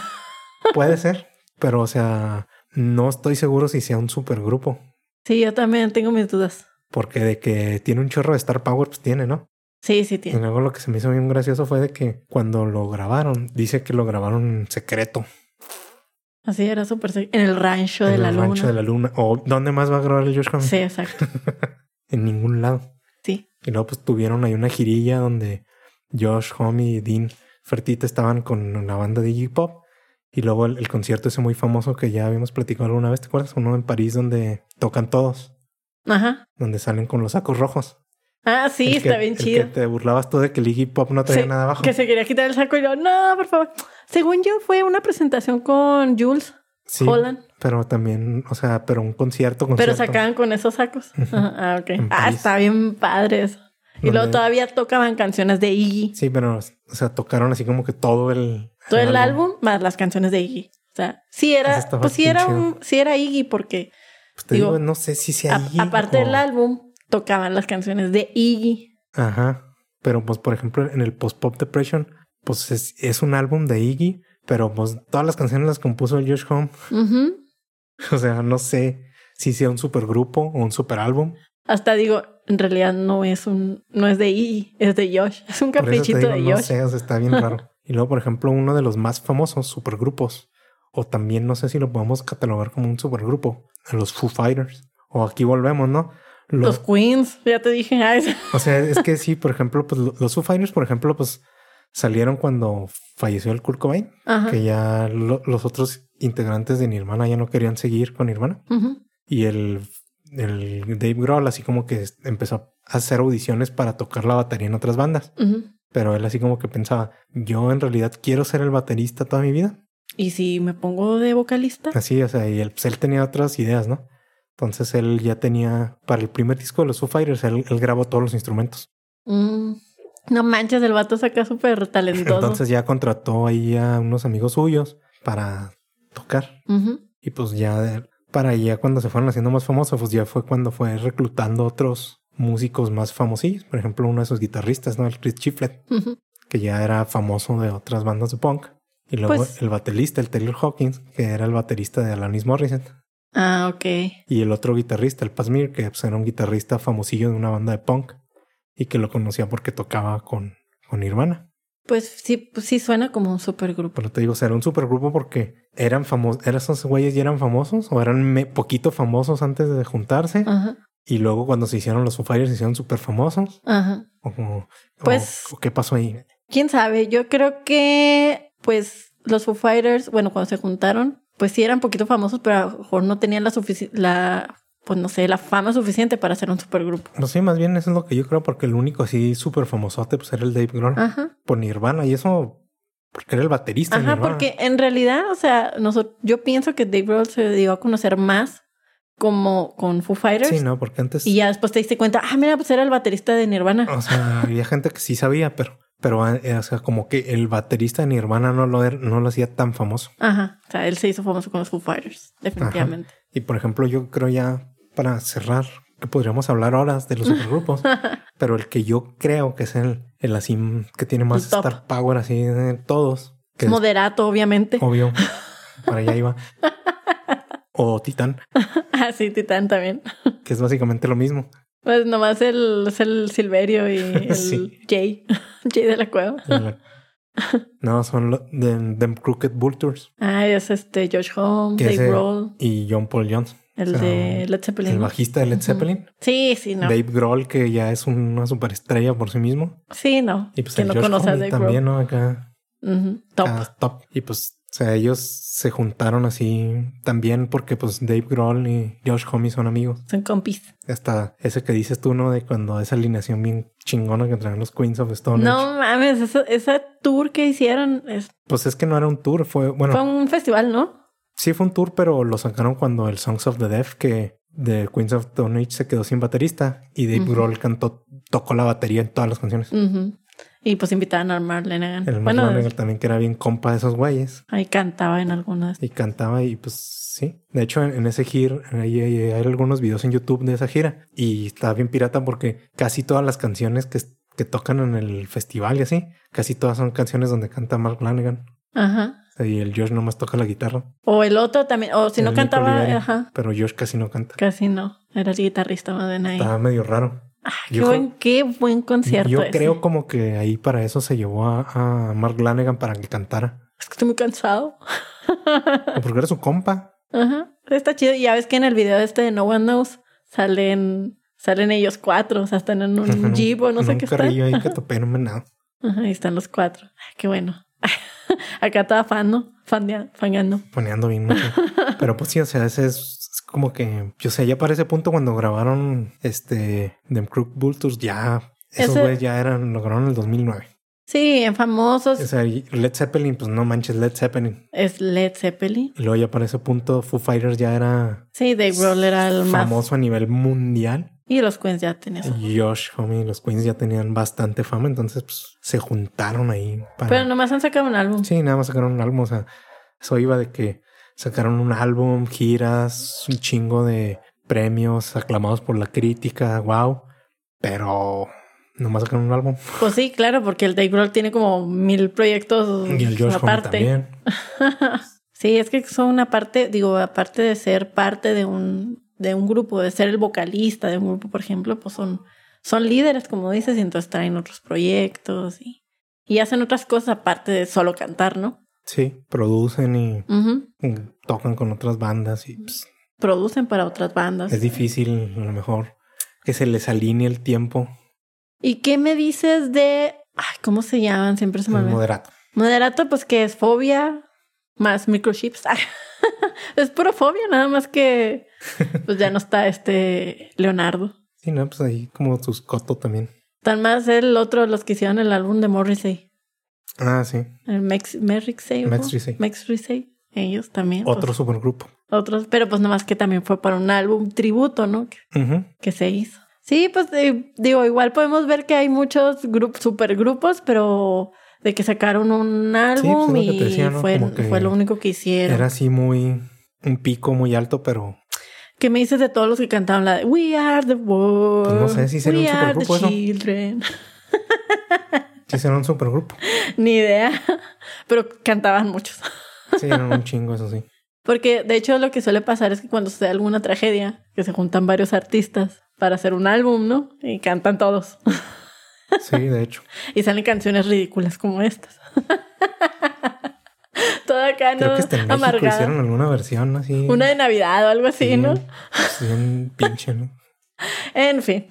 B: Puede ser, pero, o sea, no estoy seguro si sea un supergrupo.
A: Sí, yo también tengo mis dudas.
B: Porque de que tiene un chorro de Star Power, pues tiene, ¿no?
A: Sí, sí,
B: Y
A: tiene.
B: luego lo que se me hizo bien gracioso fue de que cuando lo grabaron, dice que lo grabaron en secreto.
A: Así era súper. sec- En el rancho de
B: en
A: la
B: el
A: luna.
B: rancho de la luna. O ¿dónde más va a grabar el Josh Homme?
A: Sí, exacto.
B: En ningún lado.
A: Sí.
B: Y luego pues tuvieron ahí una jirilla donde Josh Homme y Dean Fertita estaban con la banda de Iggy Pop. Y luego el, el concierto ese muy famoso que ya habíamos platicado alguna vez, ¿te acuerdas? Uno en París donde tocan todos,
A: Ajá.
B: donde salen con los sacos rojos.
A: Ah, sí,
B: El que-
A: está bien
B: el
A: chido.
B: Que te burlabas tú de que el Iggy Pop no traía
A: Sí,
B: nada abajo.
A: Que se quería quitar el saco y yo, no, por favor. Según yo, fue una presentación con Jules
B: Sí,
A: Holland,
B: pero también, o sea, pero un concierto,
A: pero
B: concierto.
A: sacaban con esos sacos. Ajá, ah, ok.
B: En
A: Ah,
B: París.
A: está bien padre eso. Y luego
B: Donde-
A: todavía tocaban canciones de Iggy.
B: Sí, pero, o sea, tocaron así como que todo el...
A: Todo el álbum más las canciones de Iggy. O sea, sí
B: Eso
A: era,
B: estaba
A: pues sí
B: bien
A: era
B: chido.
A: un, sí era Iggy porque
B: Pues te digo,
A: Digo,
B: no sé si sea
A: a-
B: Iggy
A: aparte
B: o-
A: del álbum tocaban las canciones de Iggy.
B: Ajá. Pero pues, por ejemplo, en el post-pop depression, pues es, es un álbum de Iggy, pero pues todas las canciones las compuso el Josh Home.
A: Ujú.
B: O sea, no sé si sea un supergrupo o un superálbum.
A: Hasta digo, en realidad no es un, no es de Iggy, es de Josh. Es un
B: Por eso te
A: caprichito
B: digo,
A: de
B: no
A: Josh.
B: sé, o sea, está bien raro. y luego, por ejemplo, uno de los más famosos supergrupos, o también no sé si lo podemos catalogar como un supergrupo, a los Foo Fighters. O aquí volvemos, ¿no?
A: Los Queens, ya te dije, ah, es-
B: O sea, es que sí, por ejemplo, pues lo- los Foo Fighters, por ejemplo, pues salieron cuando falleció el Kurt Cobain,
A: Ajá.
B: que ya lo- los otros integrantes de Nirvana ya no querían seguir con Nirvana.
A: Ujú.
B: Y el, el Dave Grohl así como que empezó a hacer audiciones para tocar la batería en otras bandas.
A: Ujú.
B: Pero él así como que pensaba, yo en realidad quiero ser el baterista toda mi vida.
A: Y si me pongo de vocalista,
B: Así, o sea, y él, pues, él tenía otras ideas, ¿no? Entonces él ya tenía, para el primer disco de los Foo Fighters, él- él grabó todos los instrumentos.
A: mm, no manches, el vato saca súper talentoso.
B: Entonces ya contrató ahí a unos amigos suyos para tocar.
A: Ujú.
B: Y pues ya de- para allá cuando se fueron haciendo más famosos, pues ya fue cuando fue reclutando otros músicos más famosillos. Por ejemplo, uno de sus guitarristas, ¿no? El Chris Chiflet,
A: Ujú.
B: que ya era famoso de otras bandas de punk. Y luego
A: Pues-
B: el baterista, el Taylor Hawkins, que era el baterista de Alanis Morissette.
A: Ah, ok.
B: Y el otro guitarrista, el Pazmir, que pues, era un guitarrista famosillo de una banda de punk. Y que lo conocía porque tocaba con, con Nirvana.
A: Pues sí, pues sí suena como un supergrupo.
B: Pero te digo, o sea, era un supergrupo porque eran famosos, eran esos güeyes ya eran famosos o eran me- poquito famosos antes de juntarse
A: Ajá,
B: y luego cuando se hicieron los Foo Fighters se hicieron súper famosos
A: ajá.
B: o, o-
A: Pues-
B: o qué pasó ahí.
A: ¿Quién sabe? Yo creo que, pues, los Foo Fighters, bueno, cuando se juntaron, pues sí eran poquito famosos, pero a lo mejor no tenían la sufici- la, pues no sé, la fama suficiente para ser un supergrupo.
B: No sé, más bien eso es lo que yo creo porque el único así súper famosote pues era el Dave Grohl
A: Ajá.
B: por Nirvana y eso porque era el baterista de
A: Ajá,
B: Nirvana.
A: porque en realidad, o sea, nosotros, yo pienso que Dave Grohl se dio a conocer más como con Foo Fighters.
B: Sí, no, porque antes
A: Y ya después te diste cuenta, ah, mira, pues era el baterista de Nirvana.
B: o sea, había gente que sí sabía, pero pero eh, o sea, como que el baterista de Nirvana no lo era- no lo hacía tan famoso.
A: Ajá. O sea, él se hizo famoso con los Foo Fighters, definitivamente.
B: Y por ejemplo, yo creo ya para cerrar, que podríamos hablar horas de los supergrupos, pero el que yo creo que es el, el así que tiene más
A: El top.
B: star power así de todos, que es
A: Moderato, obviamente.
B: obvio, para allá iba. O Titán,
A: Ah, sí, Titán también.
B: que es básicamente lo mismo.
A: Pues nomás el, es el Silverio y el
B: Sí.
A: Jay. Jay de la cueva.
B: No, son lo- de- Them Crooked Vultures
A: Ah, es este Josh Holmes,
B: Que
A: Dave
B: ese-
A: Grohl,
B: y John Paul Jones,
A: el
B: o sea,
A: de Led
B: el
A: Zeppelin.
B: bajista de Led
A: Ujú.
B: Zeppelin,
A: Sí, sí, no.
B: Dave Grohl, que ya es una superestrella por sí mismo,
A: Sí, no.
B: y pues
A: que
B: el
A: no
B: Josh
A: conoce a
B: Homme
A: Dave Grohl.
B: también, ¿no? Acá
A: Ujú, Top.
B: Ah, top. Y pues sea, ellos se juntaron así también porque pues Dave Grohl y Josh Homme son amigos.
A: Son compis.
B: Hasta ese que dices tú, ¿no? De cuando esa alineación bien chingona que traen los Queens of Stone Age.
A: No mames, esa, esa tour que hicieron es-
B: Pues es que no era un tour, fue, bueno,
A: fue un festival, ¿no?
B: sí fue un tour, pero lo sacaron cuando el Songs of the Deaf, que de Queens of Stone Age se quedó sin baterista y Dave
A: Ujú.
B: Grohl cantó, tocó la batería en todas las canciones.
A: Ujú. Y pues invitaban a Marlene.
B: El
A: bueno,
B: bueno, también que era bien compa de esos güeyes.
A: ahí cantaba en algunas.
B: Y cantaba y pues sí. De hecho, en, en ese gir, ahí- ahí- hay, algunos videos en YouTube de esa gira. Y está bien pirata porque casi todas las canciones que, que tocan en el festival y así, casi todas son canciones donde canta Mark Lanigan.
A: Ajá.
B: Y el Josh nomás toca la guitarra.
A: O el otro también, o si no
B: El
A: cantaba,
B: Nico Oliveri,
A: ajá,
B: Pero Josh casi no canta.
A: casi no. Era el guitarrista más bien ahí.
B: Estaba medio raro.
A: Ah, qué,
B: yo
A: buen, qué buen concierto.
B: Yo
A: ese.
B: creo como que ahí para eso se llevó a, a Mark Lanigan para que cantara.
A: Es que estoy muy cansado.
B: O porque era su compa.
A: Ajá. Está chido. Y ya ves que en el video este de No One Knows salen, salen ellos cuatro. O sea, están en
B: Ajá, en
A: un jeep o no
B: en
A: sé
B: un
A: qué están.
B: carrillo ahí que topé, no me nada.
A: Ajá, ahí están los cuatro. Ay, qué bueno. Acá estaba fan, ¿no? Fandea- fangueando.
B: Poneando bien mucho. Pero pues sí, o sea, ese es, es como que, yo sé, ya para ese punto cuando grabaron este The Crook Vultures, ya esos
A: Ese-
B: güeyes ya eran, lo grabaron en el 2009.
A: Sí, en famosos
B: O sea, y Led Zeppelin, pues no manches, Led Zeppelin.
A: es Led Zeppelin.
B: Y luego ya para ese punto Foo Fighters ya era
A: Sí, Dave Grohl era el más.
B: famoso a nivel mundial.
A: Y los Queens ya tenían eso.
B: Y Josh, homie, los Queens ya tenían bastante fama, entonces pues, se juntaron ahí para...
A: Pero nomás han sacado un álbum.
B: Sí, nada más sacaron un álbum. O sea, eso iba de que sacaron un álbum, giras, un chingo de premios aclamados por la crítica, wow. Pero nomás sacaron un álbum.
A: Pues sí, claro, porque el Dave Grohl tiene como mil proyectos
B: Y el Josh Homme
A: Mm, aparte.
B: también.
A: Sí, es que son una parte, digo, aparte de ser parte de un, de un grupo, de ser el vocalista de un grupo, por ejemplo, pues son, son líderes, como dices, y entonces traen otros proyectos y, y hacen otras cosas aparte de solo cantar, ¿no?
B: Sí, producen y
A: Ujú.
B: mm, tocan con otras bandas y pues,
A: Producen para otras bandas.
B: es difícil a lo mejor que se les alinee el tiempo
A: ¿Y qué me dices de... Ay, ¿cómo se llaman? Siempre se me
B: el
A: olvida.
B: moderato.
A: Moderato, pues que es fobia más microchips. es pura fobia, nada más que pues ya no está este Leonardo.
B: Sí, no, pues ahí como sus coto también.
A: Tan más el otro de los que hicieron el álbum de Morrissey.
B: Ah, sí.
A: El Mex, Merrixey, ¿no?
B: Max Risey.
A: Merrixey, Ellos también. pues,
B: Otro supergrupo.
A: otros. Pero pues nomás que también fue para un álbum tributo, ¿no? Que,
B: Ujú.
A: que se hizo. Sí, pues eh, digo, igual podemos ver que hay muchos grupos, supergrupos, pero de que sacaron un álbum
B: pues, lo que
A: y
B: te decía, ¿no?
A: fue,
B: Como que
A: fue lo único que hicieron.
B: Era así muy... Un pico muy alto, pero
A: ¿Qué me dices de todos los que cantaban la de We Are the World?
B: Pues no sé si será
A: We
B: un
A: Are the
B: supergrupo eso.
A: Children.
B: Sí, eran un supergrupo.
A: Ni idea. Pero cantaban muchos.
B: Sí, eran un chingo, eso sí.
A: Porque de hecho lo que suele pasar es que cuando sucede alguna tragedia, que se juntan varios artistas para hacer un álbum, ¿no? Y cantan todos.
B: Sí, de hecho.
A: Y salen canciones ridículas como estas. Toda acá,
B: Creo
A: ¿no?
B: que hasta en México
A: Amargada.
B: hicieron alguna versión así.
A: Una de Navidad o algo así,
B: bien-
A: ¿no?
B: pues, bien pinche, ¿no?
A: En fin.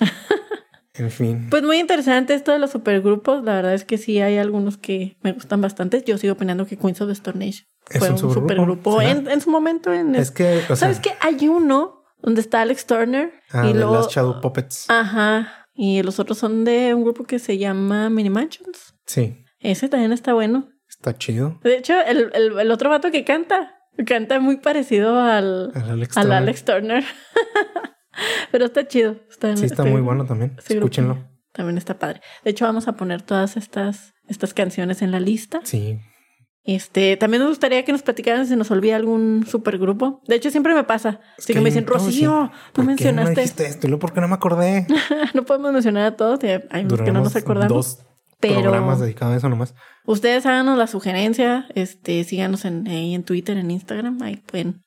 B: En fin.
A: Pues muy interesante esto de los supergrupos. La verdad es que sí hay algunos que me gustan bastante. Yo sigo opinando que Queens of the Stone Age
B: Es
A: fue
B: un
A: un
B: supergrupo,
A: supergrupo
B: ¿será?
A: en, en su momento. En
B: Es que, o sea,
A: ¿Sabes qué? Hay uno donde está Alex Turner
B: ah,
A: y Ah.
B: de
A: luego...
B: las Shadow Puppets.
A: Ajá. Y los otros son de un grupo que se llama Mini Mansions.
B: Sí,
A: Ese también está bueno.
B: está chido.
A: De hecho, el, el- el otro vato que canta, canta muy parecido al,
B: El Alex.
A: al
B: Turner.
A: Alex Turner. Pero está chido.
B: Sí, está muy bueno también.
A: Ese grupo
B: Escúchenlo.
A: También está padre. De hecho, vamos a poner todas estas, estas canciones en la lista.
B: Sí.
A: Este, también nos gustaría que nos platicaran si nos olvida algún supergrupo. De hecho, siempre me pasa. Así que me dicen,
B: no, sí.
A: Rocío, no
B: ¿Por qué
A: mencionaste.
B: No dijiste esto? Y luego, ¿Por qué no me acordé?
A: no podemos mencionar a todos, y hay unos que no nos acordamos.
B: dos
A: pero-
B: programas dedicados a eso nomás.
A: Ustedes háganos la sugerencia, este, síganos en, ahí en Twitter, en Instagram, ahí pueden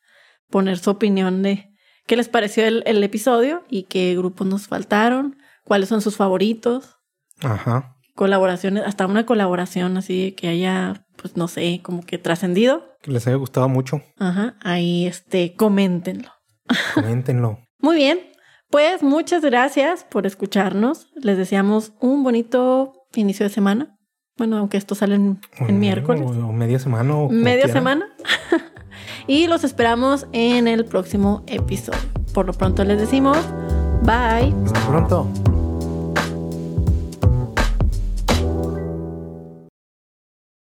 A: poner su opinión de qué les pareció el, el episodio y qué grupos nos faltaron, cuáles son sus favoritos,
B: Ajá.
A: colaboraciones, hasta una colaboración así de que haya, pues no sé, como que trascendido.
B: Que les haya gustado mucho.
A: Ajá, ahí este, coméntenlo.
B: Coméntenlo.
A: Muy bien, pues muchas gracias por escucharnos. Les deseamos un bonito inicio de semana Bueno, aunque esto sale en, en miércoles.
B: O, o media semana. O como
A: media
B: quiera.
A: semana. y los esperamos en el próximo episodio. Por lo pronto les decimos bye.
B: Hasta pronto.